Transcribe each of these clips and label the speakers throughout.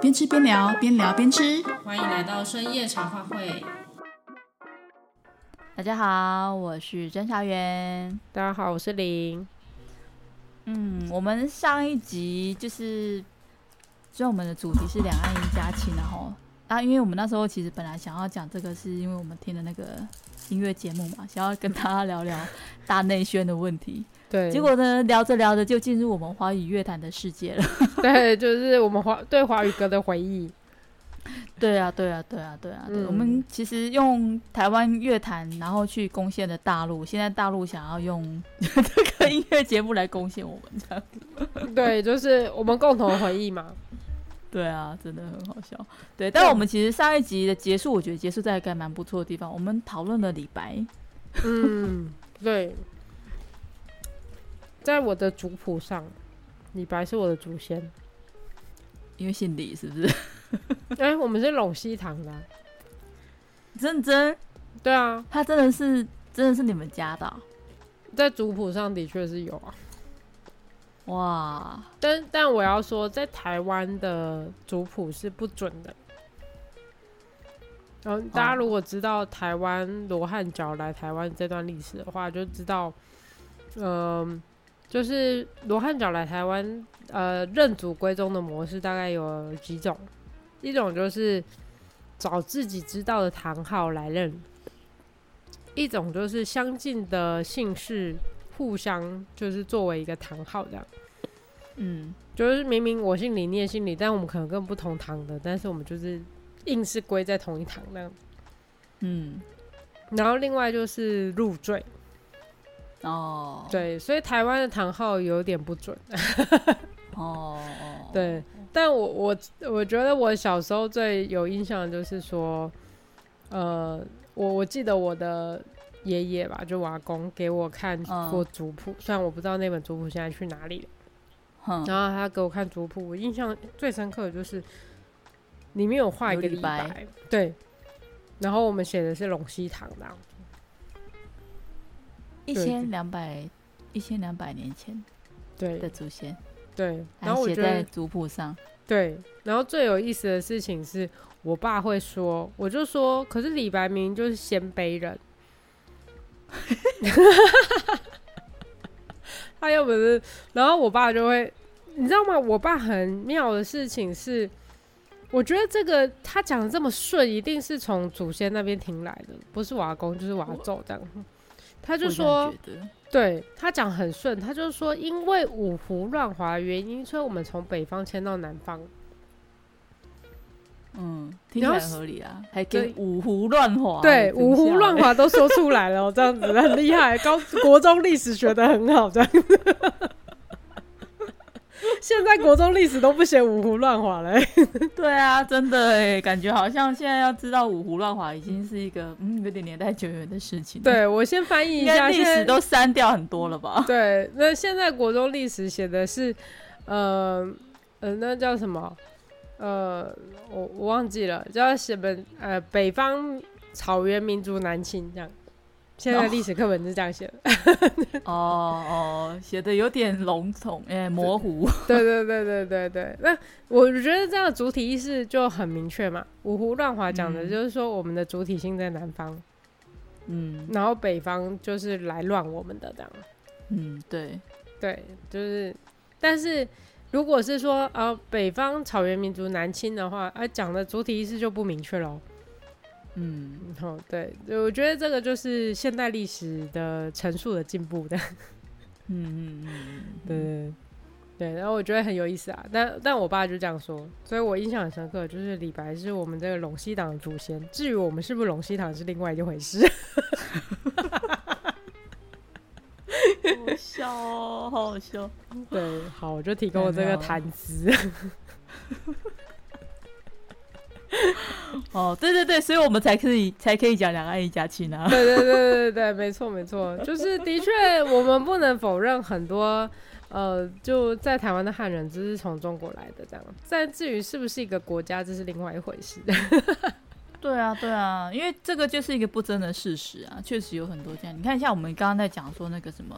Speaker 1: 边吃边聊，边聊边吃。
Speaker 2: 欢迎来到深夜茶话会。
Speaker 3: 大家好，我是侦查员。
Speaker 4: 大家好，我是林。
Speaker 3: 嗯，我们上一集就是，虽然我们的主题是两岸一家亲，然后啊，因为我们那时候其实本来想要讲这个，是因为我们听的那个音乐节目嘛，想要跟大家聊聊大内宣的问题。
Speaker 4: 对，
Speaker 3: 结果呢，聊着聊着就进入我们华语乐坛的世界了。
Speaker 4: 对，就是我们华对华语歌的回忆。
Speaker 3: 对啊，对啊，对啊，对啊，对
Speaker 4: 嗯
Speaker 3: 我们其实用台湾乐坛，然后去攻陷了大陆，现在大陆想要用这个音乐节目来攻陷我们，这样。
Speaker 4: 对，就是我们共同的回忆嘛。
Speaker 3: 对啊，真的很好笑。对，但我们其实上一集的结束，我觉得结束在一个蛮不错的地方。我们讨论了李白，
Speaker 4: 嗯，对。在我的族谱上，李白是我的祖先。
Speaker 3: 因为姓李是不是？
Speaker 4: 哎、我们是陇西堂的啊、
Speaker 3: 认真，
Speaker 4: 对啊，
Speaker 3: 他真的是真的是你们家的啊、
Speaker 4: 在族谱上的确是有啊。
Speaker 3: 哇！
Speaker 4: 但但我要说，在台湾的族谱是不准的。然后大家
Speaker 3: 哦
Speaker 4: 如果知道台湾罗汉脚来台湾这段历史的话，就知道，嗯、就是罗汉脚来台湾，呃，认祖归宗的模式大概有几种，一种就是找自己知道的堂号来认，一种就是相近的姓氏互相就是作为一个堂号这样。
Speaker 3: 嗯，
Speaker 4: 就是明明我姓李，你也姓李，但我们可能跟不同堂的，但是我们就是硬是归在同一堂那样。
Speaker 3: 嗯，
Speaker 4: 然后另外就是入赘，
Speaker 3: 哦，
Speaker 4: 对，所以台湾的堂号有点不准，
Speaker 3: 哦，哦，
Speaker 4: 对。但我我我觉得我小时候最有印象的就是说，呃，我我记得我的爷爷吧，就我阿公给我看
Speaker 3: 嗯
Speaker 4: 过族谱，虽然我不知道那本族谱现在去哪里了。
Speaker 3: 哼，
Speaker 4: 然后他给我看族谱，我印象最深刻的就是里面有画一个
Speaker 3: 有李
Speaker 4: 李白，
Speaker 3: 白
Speaker 4: 对。然后我们写的是陇西堂的啊、
Speaker 3: 一千两百一千两百年前的
Speaker 4: 对
Speaker 3: 祖先，
Speaker 4: 对。然
Speaker 3: 还
Speaker 4: 后我
Speaker 3: 写
Speaker 4: 觉
Speaker 3: 在
Speaker 4: 得
Speaker 3: 族谱上。
Speaker 4: 对，然后最有意思的事情是我爸会说，我就说，可是李白明明就是鲜卑人， 他又不是，然后我爸就会，你知道吗？我爸很妙的事情是，我觉得这个他讲的这么顺，一定是从祖先那边听来的，不是瓦工就是瓦奏这样。他
Speaker 3: 他
Speaker 4: 就说，
Speaker 3: 觉得，
Speaker 4: 对他讲很顺，他就说，因为五胡乱华的原因，所以我们从北方迁到南方。
Speaker 3: 嗯，听起来
Speaker 4: 然后
Speaker 3: 很合理啊，还跟
Speaker 4: 对
Speaker 3: 五胡乱华，
Speaker 4: 对，
Speaker 3: 真啊
Speaker 4: 五胡
Speaker 3: 吓
Speaker 4: 乱
Speaker 3: 人
Speaker 4: 华都说出来了哦，这样子很厉 害。高国中历史学的很好，这样子。 现在国中历史都不写五胡乱华了、欸
Speaker 3: 对啊，真的哎，感觉好像现在要知道五胡乱华已经是一个嗯有点年代久远的事情。，
Speaker 4: 对我先翻译
Speaker 3: 应
Speaker 4: 一
Speaker 3: 该
Speaker 4: 下，
Speaker 3: 历
Speaker 4: 现
Speaker 3: 史
Speaker 4: 在
Speaker 3: 都删掉很多 了吧？
Speaker 4: 对。那现在国中历史写的是，呃呃，那叫什么？呃，我我忘记了，叫写本呃北方草原民族南侵这样。现在历史课本是这样写的。
Speaker 3: 哦哦，写的有点笼统，哎、模糊。
Speaker 4: 对 对对对对对，那我觉得这样的主体意识就很明确嘛。五胡乱华讲的
Speaker 3: 嗯
Speaker 4: 就是说，我们的主体性在南方，
Speaker 3: 嗯
Speaker 4: 然后北方就是来乱我们的这样。
Speaker 3: 嗯，对，
Speaker 4: 对，就是，但是如果是说呃北方草原民族南侵的话，啊讲的主体意识就不明确喽。
Speaker 3: 嗯，
Speaker 4: 嗯哦，对，我觉得这个就是现代历史的陈述的进步的。
Speaker 3: 嗯嗯嗯
Speaker 4: 对对对，然后我觉得很有意思啊。但但我爸就这样说，所以我印象很深刻，就是李白是我们这个陇西党的祖先。至于我们是不是陇西党是另外一回事。
Speaker 3: 嗯，好笑哦，好好笑。
Speaker 4: 对，啊好，我就提供了这个谈资。
Speaker 3: 哦，对对对，所以我们才可以才可以讲两岸一家亲啊。
Speaker 4: 对对对对对对，没错没错，就是的确，我们不能否认很多。呃，就在台湾的汉人，只是从中国来的这样。但至于是不是一个国家，这是另外一回事。
Speaker 3: 对啊，对啊，因为这个就是一个不争的事实啊，确实有很多这样。你看一下，我们刚刚在讲说那个什么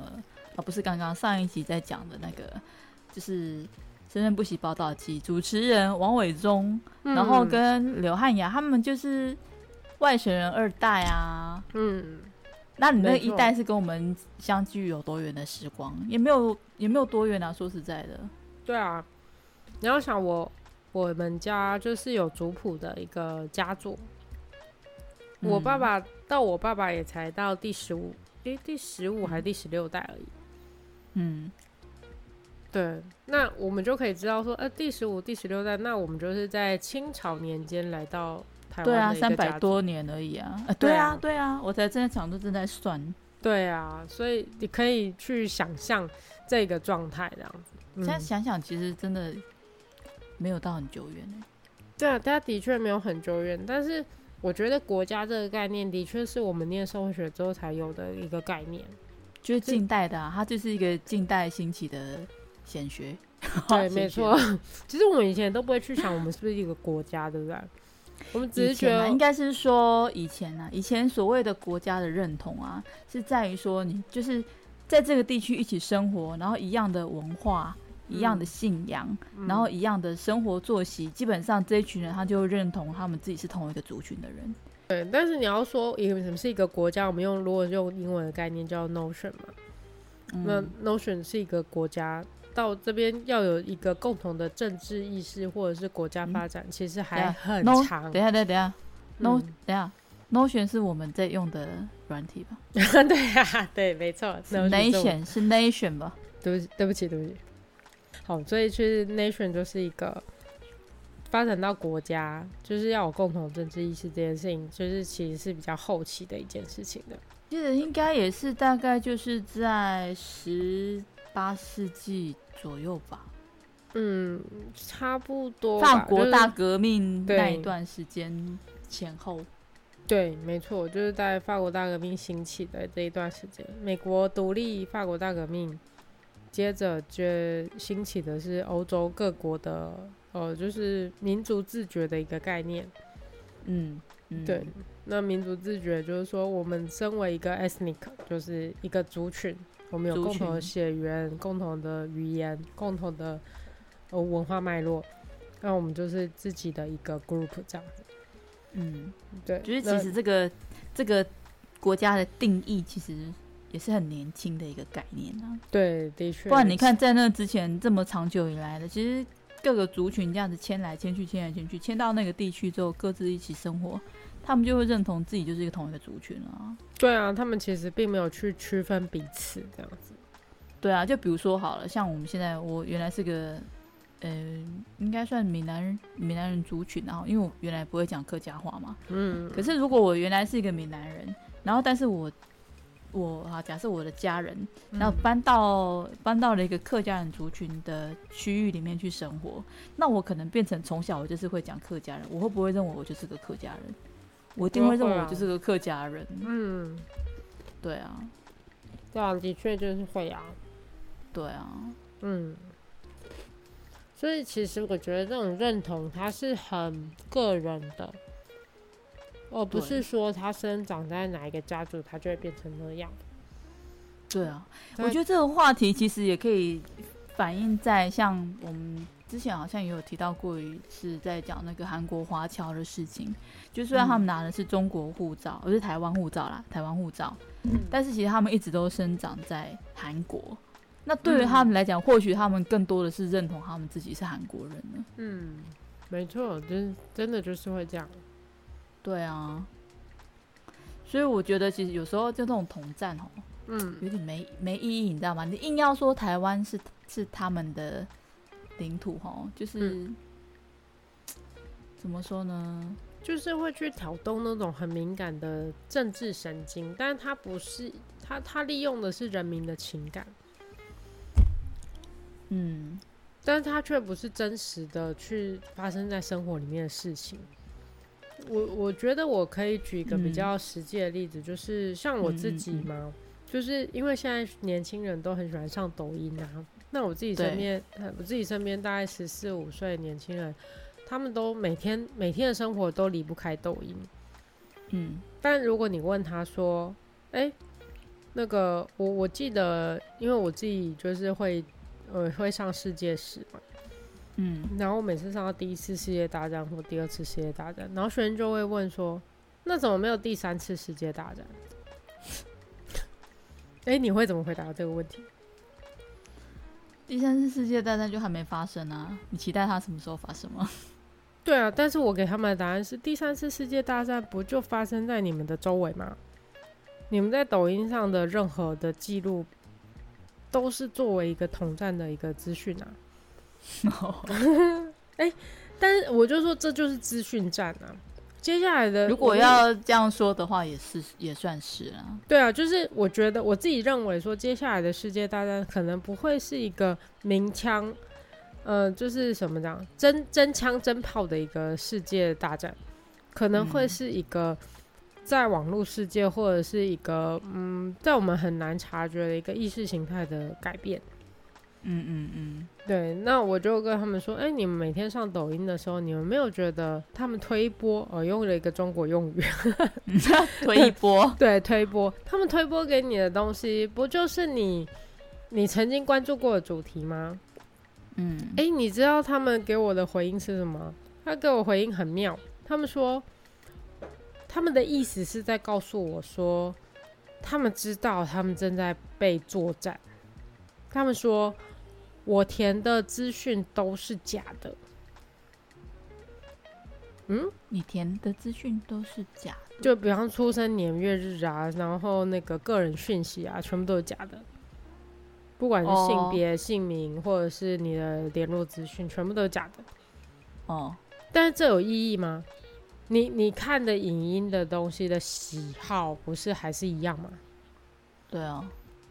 Speaker 3: 啊，不是刚刚上一集在讲的那个，就是深圳不习宝岛记》，主持人王伟忠，然后
Speaker 4: 嗯
Speaker 3: 跟刘汉雅他们就是外省人二代啊。
Speaker 4: 嗯
Speaker 3: 那你那个
Speaker 4: 没错
Speaker 3: 一代是跟我们相距有多远的时光？也没有，也没有多远啊。说实在的，
Speaker 4: 对啊，你要想我我们家就是有族谱的一个家族，我
Speaker 3: 嗯
Speaker 4: 爸爸到我爸爸也才到第十五，诶，第十五还是第十六代而已。
Speaker 3: 嗯，
Speaker 4: 对，那我们就可以知道说，呃，第十五、第十六代，那我们就是在清朝年间来到台湾
Speaker 3: 对啊，
Speaker 4: 的一个
Speaker 3: 三
Speaker 4: 家
Speaker 3: 百
Speaker 4: 族
Speaker 3: 多年而已啊。呃
Speaker 4: 对
Speaker 3: 对
Speaker 4: 啊
Speaker 3: 啊，对啊，我才正在想，都正在算。
Speaker 4: 对啊，所以你可以去想象这个状态这样子。
Speaker 3: 现在
Speaker 4: 嗯，
Speaker 3: 想想，其实真的没有到很久远、欸。
Speaker 4: 对啊，它的确没有很久远，但是我觉得国家这个概念的确是我们念社会学之后才有的一个概 念。
Speaker 3: 就是近代的啊，它就是一个近代兴起的显学。
Speaker 4: 对，
Speaker 3: 显学
Speaker 4: 没错。 其实我们以前都不会去想我们是不是一个国家，对不对？我们只是
Speaker 3: 以
Speaker 4: 觉
Speaker 3: 前啊，
Speaker 4: 得
Speaker 3: 应，该是说以前啊，以前所谓的国家的认同啊，是在于说你就是在这个地区一起生活，然后一样的文化。一样的信仰，
Speaker 4: 嗯
Speaker 3: 然后一样的生活作息，基本上这一群人他就认同他们自己是同一个族群的人。
Speaker 4: 对，但是你要说一个什么是一个国家，我们用如果用英文的概念叫 notion 嘛，
Speaker 3: 嗯，
Speaker 4: 那 notion 是一个国家，到这边要有一个共同的政治意识或者是国家发展，其实还很
Speaker 3: 嗯啊 no，
Speaker 4: 长。
Speaker 3: 等一下，等一下，等一下，no，、
Speaker 4: 嗯
Speaker 3: 等一下，Notion 是我们在用的软体吧
Speaker 4: 对啊，对，没错，notion
Speaker 3: 是
Speaker 4: 是我
Speaker 3: ？Nation 是 Nation 吧？
Speaker 4: 对不起，对不起，对不起。好，所以其实 nation 就是一个发展到国家，就是要有共同政治意识这件事情，就是其实是比较后期的一件事情的。
Speaker 3: 记得应该也是大概就是在十八世纪左右吧，
Speaker 4: 嗯，差不多吧。
Speaker 3: 法国
Speaker 4: 就
Speaker 3: 大
Speaker 4: 是
Speaker 3: 革命
Speaker 4: 对
Speaker 3: 那一段时间前后。
Speaker 4: 对，没错，就是在法国大革命兴起的这一段时间，美国独立，法国大革命，接着就兴起的是欧洲各国的呃，就是民族自觉的一个概念。
Speaker 3: 嗯嗯，
Speaker 4: 对，那民族自觉就是说，我们身为一个 ethnic，就是一个族群，我们有
Speaker 3: 族
Speaker 4: 共同的
Speaker 3: 群
Speaker 4: 血缘、共同的语言、共同的呃文化脉络，那我们就是自己的一个 group 这样子。
Speaker 3: 嗯，
Speaker 4: 对，
Speaker 3: 就是
Speaker 4: 那
Speaker 3: 其实这个这个国家的定义其实也是很年轻的一个概念啊。
Speaker 4: 对，的确，
Speaker 3: 不然你看，在那之前这么长久以来的，其实各个族群这样子迁来迁去、迁来迁去，迁到那个地区之后，各自一起生活，他们就会认同自己就是一个同一个族群了啊。
Speaker 4: 对啊，他们其实并没有去区分彼此这样子。
Speaker 3: 对啊，就比如说好了，像我们现在，我原来是个，呃，应该算闽南人闽南人族群啊，然后因为我原来不会讲客家话嘛。
Speaker 4: 嗯，
Speaker 3: 可是如果我原来是一个闽南人，然后但是我我啊，假设我的家人，然后搬到、搬到了一个客家人族群的区域里面去生活，那我可能变成从小我就是会讲客家人，我会不会认为我就是个客家人？我一定会认为我就是个客家人。
Speaker 4: 嗯，
Speaker 3: 对啊，
Speaker 4: 对啊，的确就是会啊。
Speaker 3: 对啊，
Speaker 4: 嗯，所以其实我觉得这种认同它是很个人的，而不
Speaker 3: 对
Speaker 4: 是说他生长在哪一个家族，他就会变成那样。
Speaker 3: 对啊。
Speaker 4: 对
Speaker 3: 我觉得这个话题其实也可以反映在像我们之前好像也有提到过一次，在讲那个韩国华侨的事情。就虽然他们拿的是中国护照，不是台湾护照啦，台湾护照，
Speaker 4: 嗯
Speaker 3: 但是其实他们一直都生长在韩国。那对于他们来讲，或许他们更多的是认同他们自己是韩国人呢。
Speaker 4: 嗯，没错，真真的就是会这样。
Speaker 3: 对啊，所以我觉得其实有时候就这种统战哦，
Speaker 4: 嗯，
Speaker 3: 有点没没意义，你知道吗？你硬要说台湾是是他们的领土吼，就是、
Speaker 4: 嗯
Speaker 3: 怎么说呢？
Speaker 4: 就是会去挑动那种很敏感的政治神经，但是他不是他他利用的是人民的情感，
Speaker 3: 嗯，
Speaker 4: 但是它却不是真实的去发生在生活里面的事情。我我觉得我可以举一个比
Speaker 3: 嗯
Speaker 4: 较实际的例子，就是像我自己
Speaker 3: 嗯嗯嗯
Speaker 4: 嘛，就是因为现在年轻人都很喜欢上抖音啊，那我自己身
Speaker 3: 对
Speaker 4: 边，呃我自己身边大概十四五岁的年轻人，他们都每天每天的生活都离不开抖音。
Speaker 3: 嗯，
Speaker 4: 但如果你问他说：“哎、那个我我记得，因为我自己就是会呃会上世界史嘛，
Speaker 3: 嗯
Speaker 4: 然后我每次上到第一次世界大战或第二次世界大战，然后学生就会问说：“那怎么没有第三次世界大战？” 哎、你会怎么回答这个问题？
Speaker 3: 第三次世界大战就还没发生啊，你期待它什么时候发生吗？
Speaker 4: 对啊，但是我给他们的答案是：第三次世界大战不就发生在你们的周围吗？你们在抖音上的任何的记录，都是作为一个统战的一个资讯啊。但是我就说这就是资讯战啊。接下来的
Speaker 3: 如果
Speaker 4: 我
Speaker 3: 要这样说的话，也是也算是啦、
Speaker 4: 对啊，就是我觉得我自己认为说，接下来的世界大战可能不会是一个鸣枪，呃，就是什么讲真真枪真炮的一个世界大战，可能会
Speaker 3: 嗯
Speaker 4: 是一个在网络世界或者是一个嗯，在我们很难察觉的一个意识形态的改变。
Speaker 3: 嗯嗯嗯，
Speaker 4: 对，那我就跟他们说，哎、你们每天上抖音的时候，你们没有觉得他们推一波？呃，用了一个中国用语，
Speaker 3: 嗯 推一波。
Speaker 4: 对，推播，他们推播给你的东西，不就是你你曾经关注过的主题吗？
Speaker 3: 嗯，
Speaker 4: 诶，你知道他们给我的回应是什么？他给我回应很妙，他们说他们的意思是在告诉我说，他们知道他们正在被作战，他们说我填的资讯都是假的，
Speaker 3: 你填的资讯都是假的。
Speaker 4: 就比方出生年月日啊，然后那个个人讯息啊，全部都是假的，不管是性别、姓名或者是你的联络资讯，全部都是假的。
Speaker 3: 哦，
Speaker 4: 但是这有意义吗？你你看的影音的东西的喜好不是还是一样吗？
Speaker 3: 对啊，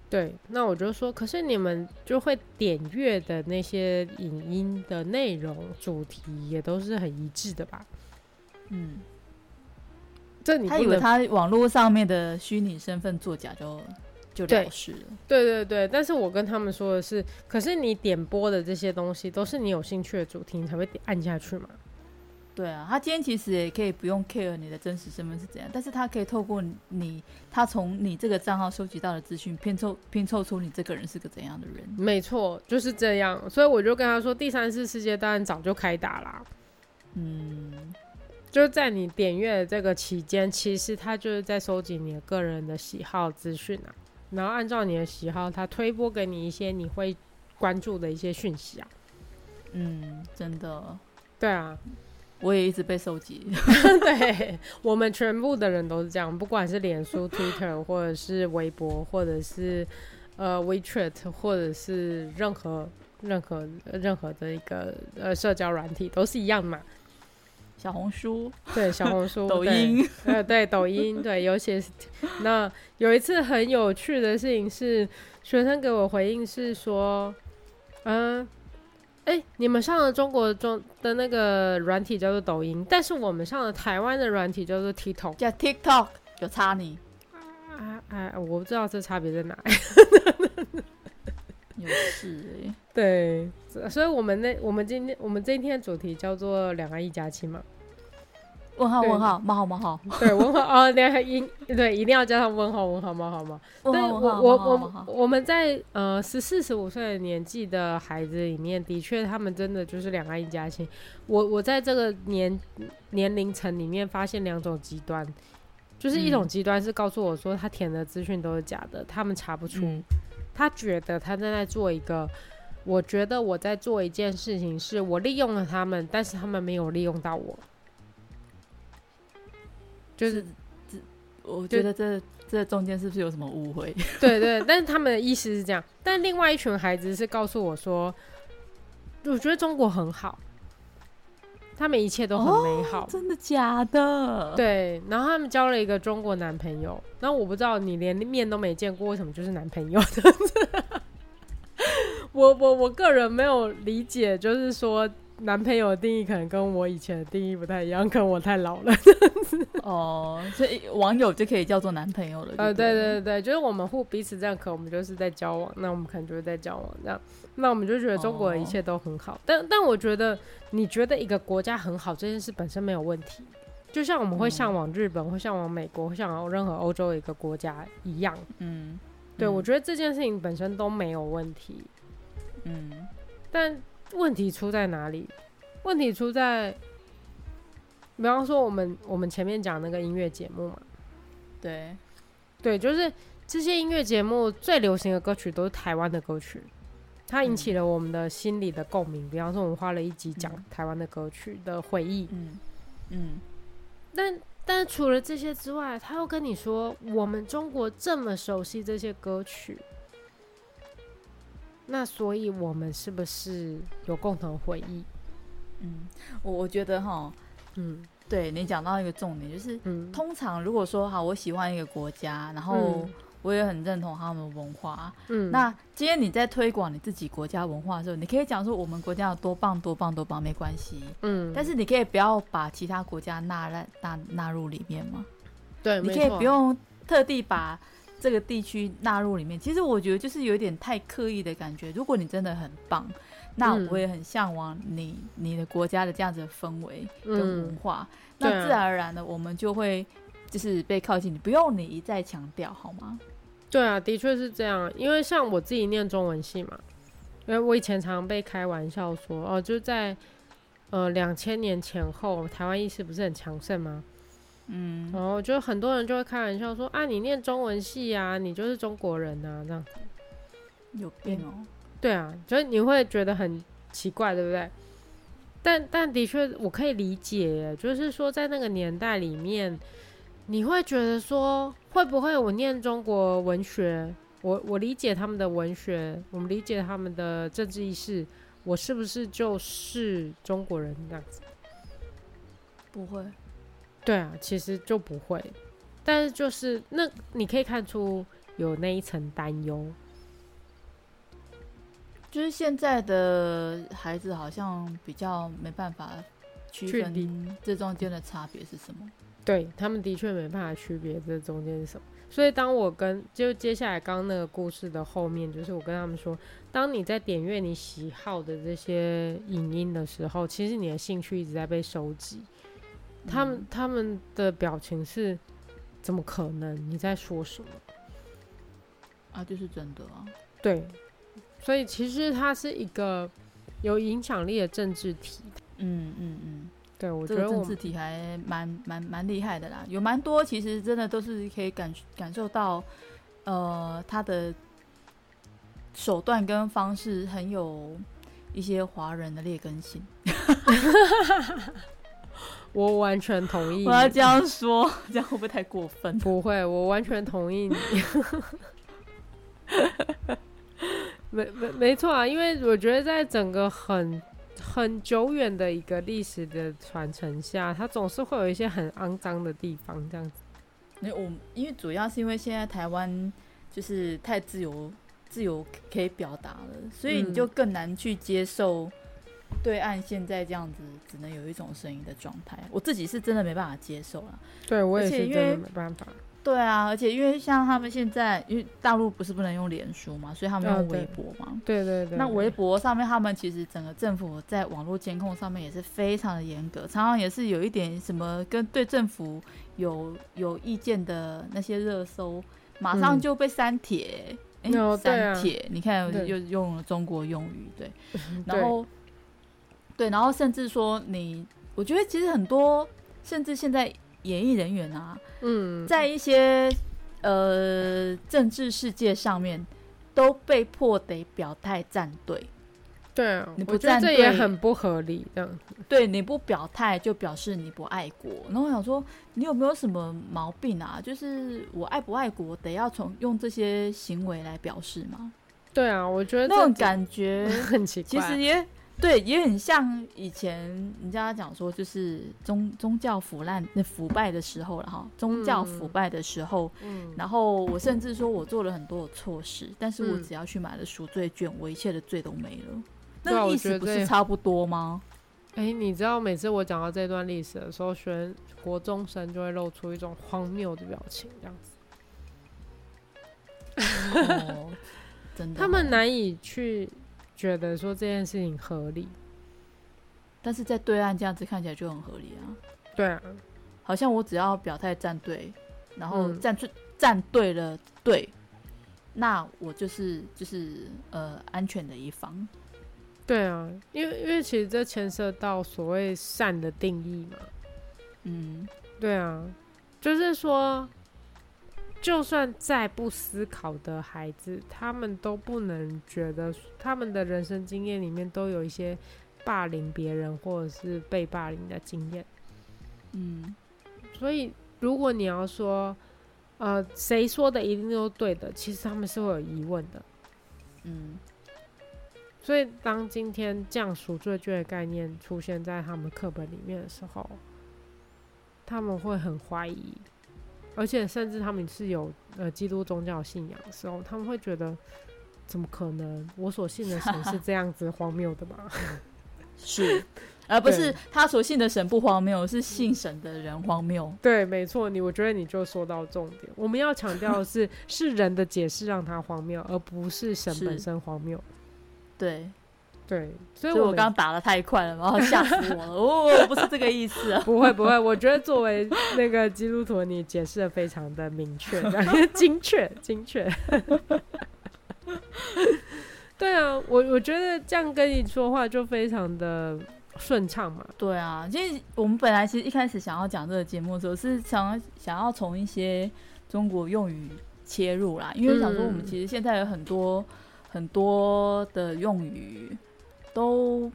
Speaker 4: 对，那我就说，可是你们就会点阅的那些影音的内容主题也都是很一致的吧？
Speaker 3: 嗯，
Speaker 4: 这你
Speaker 3: 他
Speaker 4: 不
Speaker 3: 以为
Speaker 4: 能
Speaker 3: 他网络上面的虚拟身份作假就就
Speaker 4: 对
Speaker 3: 了事了。
Speaker 4: 对对对，但是我跟他们说的是，可是你点播的这些东西都是你有兴趣的主题，你才会点按下去嘛。
Speaker 3: 对啊，他今天其实也可以不用 care 你的真实身份是怎样，但是他可以透过你，他从你这个账号收集到的资讯拼凑拼凑出你这个人是个怎样的人。
Speaker 4: 没错，就是这样。所以我就跟他说，第三次世界大战早就开打啦，
Speaker 3: 嗯，
Speaker 4: 就是在你点阅的这个期间，其实他就是在收集你的个人的喜好资讯啊，然后按照你的喜好，他推播给你一些你会关注的一些讯息啊。
Speaker 3: 嗯，真的，
Speaker 4: 对啊，
Speaker 3: 我也一直被收集。
Speaker 4: 对我们全部的人都是这样，不管是脸书、Twitter，或者是微博，或者是呃 WeChat，或者是任何任何任何的一个呃社交软体，都是一样嘛。
Speaker 3: 小红书、
Speaker 4: 对，小红书、
Speaker 3: 抖
Speaker 4: 对
Speaker 3: 音，
Speaker 4: 呃，对，抖音，对，尤其是那有一次很有趣的事情是，学生给我回应是说，嗯、哎、你们上了中国中的那个软体叫做抖音，但是我们上了台湾的软体叫做 TikTok
Speaker 3: 叫 TikTok 有差你，
Speaker 4: 啊啊！我不知道这差别在哪。
Speaker 3: 有事哎、
Speaker 4: 对，所以我们那我们今天我们今天的主题叫做两岸一家亲 嘛。
Speaker 3: 问号
Speaker 4: 对
Speaker 3: 问号冒号冒号
Speaker 4: 对，问号哦，两岸一对一定要加上问号问号冒号吗？
Speaker 3: 问
Speaker 4: 但
Speaker 3: 号
Speaker 4: 我
Speaker 3: 问号
Speaker 4: 我
Speaker 3: 冒号冒
Speaker 4: 我
Speaker 3: 号，
Speaker 4: 我们在呃十四十五岁的年纪的孩子里面，的确他们真的就是两岸一家亲。我我在这个年年龄层里面发现两种极端，就是一种
Speaker 3: 嗯
Speaker 4: 极端是告诉我说他填的资讯都是假的，他们查不出，
Speaker 3: 嗯
Speaker 4: 他觉得他正在做一个。我觉得我在做一件事情，是我利用了他们，但是他们没有利用到我，就是
Speaker 3: 我
Speaker 4: 就
Speaker 3: 觉得这这中间是不是有什么误会？
Speaker 4: 对对， 但是他们的意思是这样。但另外一群孩子是告诉我说，我觉得中国很好，他们一切都很美好。
Speaker 3: 真的假的？，
Speaker 4: 对，然后他们交了一个中国男朋友，然后我不知道你连面都没见过，为什么就是男朋友 我我我个人没有理解，就是说男朋友的定义可能跟我以前的定义不太一样，可能我太老了。
Speaker 3: 哦，所以网友就可以叫做男朋友了。
Speaker 4: 呃，
Speaker 3: 就
Speaker 4: 对
Speaker 3: 对
Speaker 4: 对
Speaker 3: 了
Speaker 4: 对，就是我们互彼此认可，我们就是在交往，那我们可能就是在交往这样，那我们就觉得中国的一
Speaker 3: 哦
Speaker 4: 切都很好。但但我觉得，你觉得一个国家很好这件事本身没有问题，就像我们会向往日本，会向往美国，会向往任何欧洲的一个国家一样。
Speaker 3: 嗯，
Speaker 4: 对、
Speaker 3: 嗯
Speaker 4: 我觉得这件事情本身都没有问题，
Speaker 3: 嗯，
Speaker 4: 但问题出在哪里？问题出在，比方说我们我们前面讲那个音乐节目嘛，
Speaker 3: 对，
Speaker 4: 对，就是这些音乐节目最流行的歌曲都是台湾的歌曲，它引起了我们的心里的共鸣。比方说，我们花了一集讲
Speaker 3: 嗯
Speaker 4: 台湾的歌曲的回忆，
Speaker 3: 嗯嗯，
Speaker 4: 但但除了这些之外，他又跟你说，我们中国这么熟悉这些歌曲，那所以我们是不是有共同回忆？
Speaker 3: 嗯，我我觉得哈，
Speaker 4: 嗯
Speaker 3: 对你讲到一个重点，就是
Speaker 4: 嗯，
Speaker 3: 通常如果说好，我喜欢一个国家，然后
Speaker 4: 嗯
Speaker 3: 我也很认同他们的文化，
Speaker 4: 嗯
Speaker 3: 那今天你在推广你自己国家文化的时候，你可以讲说我们国家有多棒多棒多棒，没关系。
Speaker 4: 嗯，
Speaker 3: 但
Speaker 4: 是
Speaker 3: 是你可以不要把其他国家纳在纳纳入里面吗？
Speaker 4: 对，
Speaker 3: 你
Speaker 4: 没
Speaker 3: 可以
Speaker 4: 错
Speaker 3: 不用特地把这个地区纳入里面。其实我觉得就是有点太刻意的感觉。如果你真的很棒，那
Speaker 4: 嗯
Speaker 3: 我也很向往你你的国家的这样子的氛围跟文
Speaker 4: 嗯
Speaker 3: 化。
Speaker 4: 对
Speaker 3: 那
Speaker 4: 啊
Speaker 3: 自然而然的，我们就会就是被靠近。你不用你一再强调好吗？
Speaker 4: 对啊，的确是这样。因为像我自己念中文系嘛，因为我以前常被开玩笑说，哦，就在呃两千年前后，台湾意识不是很强盛吗？
Speaker 3: 嗯
Speaker 4: 然后就很多人就会开玩笑说，啊，你念中文系啊，你就是中国人啊，这样。
Speaker 3: 有病哦。
Speaker 4: 对啊，就是你会觉得很奇怪，对不对？但但的确，我可以理解耶，就是说在那个年代里面，你会觉得说，会不会我念中国文学，我我理解他们的文学，我们理解他们的政治意识，我是不是就是中国人这样子？
Speaker 3: 不会，
Speaker 4: 对啊，其实就不会，但是就是那你可以看出有那一层担忧，
Speaker 3: 就是现在的孩子好像比较没办法区
Speaker 4: 去理
Speaker 3: 分这中间的差别是什么。
Speaker 4: 对他们的确没办法区别这中间是什么。所以当我跟就接下来刚刚那个故事的后面，就是我跟他们说，当你在点阅你喜好的这些影音的时候，其实你的兴趣一直在被收集。他们、
Speaker 3: 嗯
Speaker 4: 他们的表情是怎么可能？你在说什么？
Speaker 3: 啊，就是真的啊。
Speaker 4: 对，所以其实它是一个有影响力的政治体。
Speaker 3: 嗯嗯嗯，
Speaker 4: 对我
Speaker 3: 这
Speaker 4: 觉
Speaker 3: 个
Speaker 4: 得
Speaker 3: 政
Speaker 4: 我
Speaker 3: 治
Speaker 4: 们
Speaker 3: 体还蛮蛮蛮厉害的啦，有蛮多其实真的都是可以感感受到，呃，他的手段跟方式很有一些华人的劣根性。
Speaker 4: 我完全同意
Speaker 3: 我。要这样说， 这样会不会太过分？
Speaker 4: 不会，我完全同意 你。没没没错啊，因为我觉得在整个很很久远的一个历史的传承下，它总是会有一些很肮脏的地方，这样子。
Speaker 3: 因为我因为主要是因为现在台湾就是太自由，自由可以表达了，所以
Speaker 4: 嗯
Speaker 3: 你就更难去接受对岸现在这样子只能有一种声音的状态。我自己是真的没办法接受了。
Speaker 4: 对我也
Speaker 3: 而且
Speaker 4: 是
Speaker 3: 因
Speaker 4: 真
Speaker 3: 为
Speaker 4: 的没办法。
Speaker 3: 对啊，而且因为像他们现在，因为大陆不是不能用脸书嘛，所以他们
Speaker 4: 啊
Speaker 3: 用
Speaker 4: 对
Speaker 3: 微博嘛。
Speaker 4: 对对对，
Speaker 3: 那
Speaker 4: 对
Speaker 3: 微博上面，他们其实整个政府在网络监控上面也是非常的严格，常常也是有一点什么跟对政府有有意见的那些热搜，马上
Speaker 4: 嗯
Speaker 3: 就被删帖。哎、
Speaker 4: 哦对啊
Speaker 3: 删帖，你看
Speaker 4: 对
Speaker 3: 又用了中国用语，对，
Speaker 4: 对
Speaker 3: 然后对，然后甚至说你，我觉得其实很多，甚至现在演艺人员啊，
Speaker 4: 嗯，
Speaker 3: 在一些呃政治世界上面，都被迫得表态站队。
Speaker 4: 对啊
Speaker 3: 你，不
Speaker 4: 我觉得
Speaker 3: 站
Speaker 4: 这也
Speaker 3: 队
Speaker 4: 很不合理，这样子。
Speaker 3: 对，你不表态就表示你不爱国。然后我想说，你有没有什么毛病啊？就是我爱不爱国，得要从用这些行为来表示吗？
Speaker 4: 对啊，我觉得
Speaker 3: 那种
Speaker 4: 这
Speaker 3: 感觉
Speaker 4: 很奇怪。
Speaker 3: 其实也对，也很像以前人家讲说，就是宗宗教腐烂、那腐败的时候了哈。宗教腐
Speaker 4: 嗯
Speaker 3: 败的时候，
Speaker 4: 嗯，
Speaker 3: 然后我甚至说我做了很多的错事，但是我
Speaker 4: 嗯
Speaker 3: 只要去买了赎罪券，我一切的罪都没了。
Speaker 4: 对
Speaker 3: 那
Speaker 4: 啊
Speaker 3: 个
Speaker 4: 我觉
Speaker 3: 意思
Speaker 4: 得
Speaker 3: 不
Speaker 4: 这
Speaker 3: 是
Speaker 4: 也
Speaker 3: 差不 多吗？
Speaker 4: 哎、你知道每次我讲到这段历史的时候，学生国中生就会露出一种荒谬的表情，这样子，
Speaker 3: 哦、 真的哦，
Speaker 4: 他们难以去觉得说这件事情合理。
Speaker 3: 但是在对岸这样子看起来就很合理啊，
Speaker 4: 对啊，
Speaker 3: 好像我只要表态站队，然后
Speaker 4: 嗯
Speaker 3: 站出、站对了队，那我就是就是呃安全的一方。
Speaker 4: 对啊，因为因为其实这牵涉到所谓善的定义嘛。
Speaker 3: 嗯，
Speaker 4: 对啊，就是说，就算再不思考的孩子，他们都不能觉得他们的人生经验里面都有一些霸凌别人或者是被霸凌的经验。
Speaker 3: 嗯，
Speaker 4: 所以，如果你要说，呃，谁说的一定都对的，其实他们是会有疑问的。
Speaker 3: 嗯，
Speaker 4: 所以，当今天这样赎罪券的概念出现在他们课本里面的时候，他们会很怀疑，而且甚至他们是有呃基督宗教信仰的时候，他们会觉得怎么可能？我所信的神是这样子荒谬的吗？
Speaker 3: 是， 而不是
Speaker 4: 对
Speaker 3: 他所信的神不荒谬，是信神的人荒谬。
Speaker 4: 对，没错，你我觉得你就说到重点。我们要强调的是，是人的解释让他荒谬，而不是神
Speaker 3: 是
Speaker 4: 本身荒谬。
Speaker 3: 对，
Speaker 4: 对，所以
Speaker 3: 所以
Speaker 4: 我
Speaker 3: 我
Speaker 4: 们
Speaker 3: 刚打的太快了，然后 吓死我了。哦，不是这个意思啊。
Speaker 4: 不会不会，我觉得作为那个基督徒，你解释的非常的明确，这样精确精确。 对啊，我我觉得这样跟你说话就非常的顺畅嘛。
Speaker 3: 对啊，其实我们本来其实一开始想要讲这个节目的时候，是想想要从一些中国用语切入啦，因为想说我们
Speaker 4: 嗯
Speaker 3: 其实现在有很多、很多的用语都。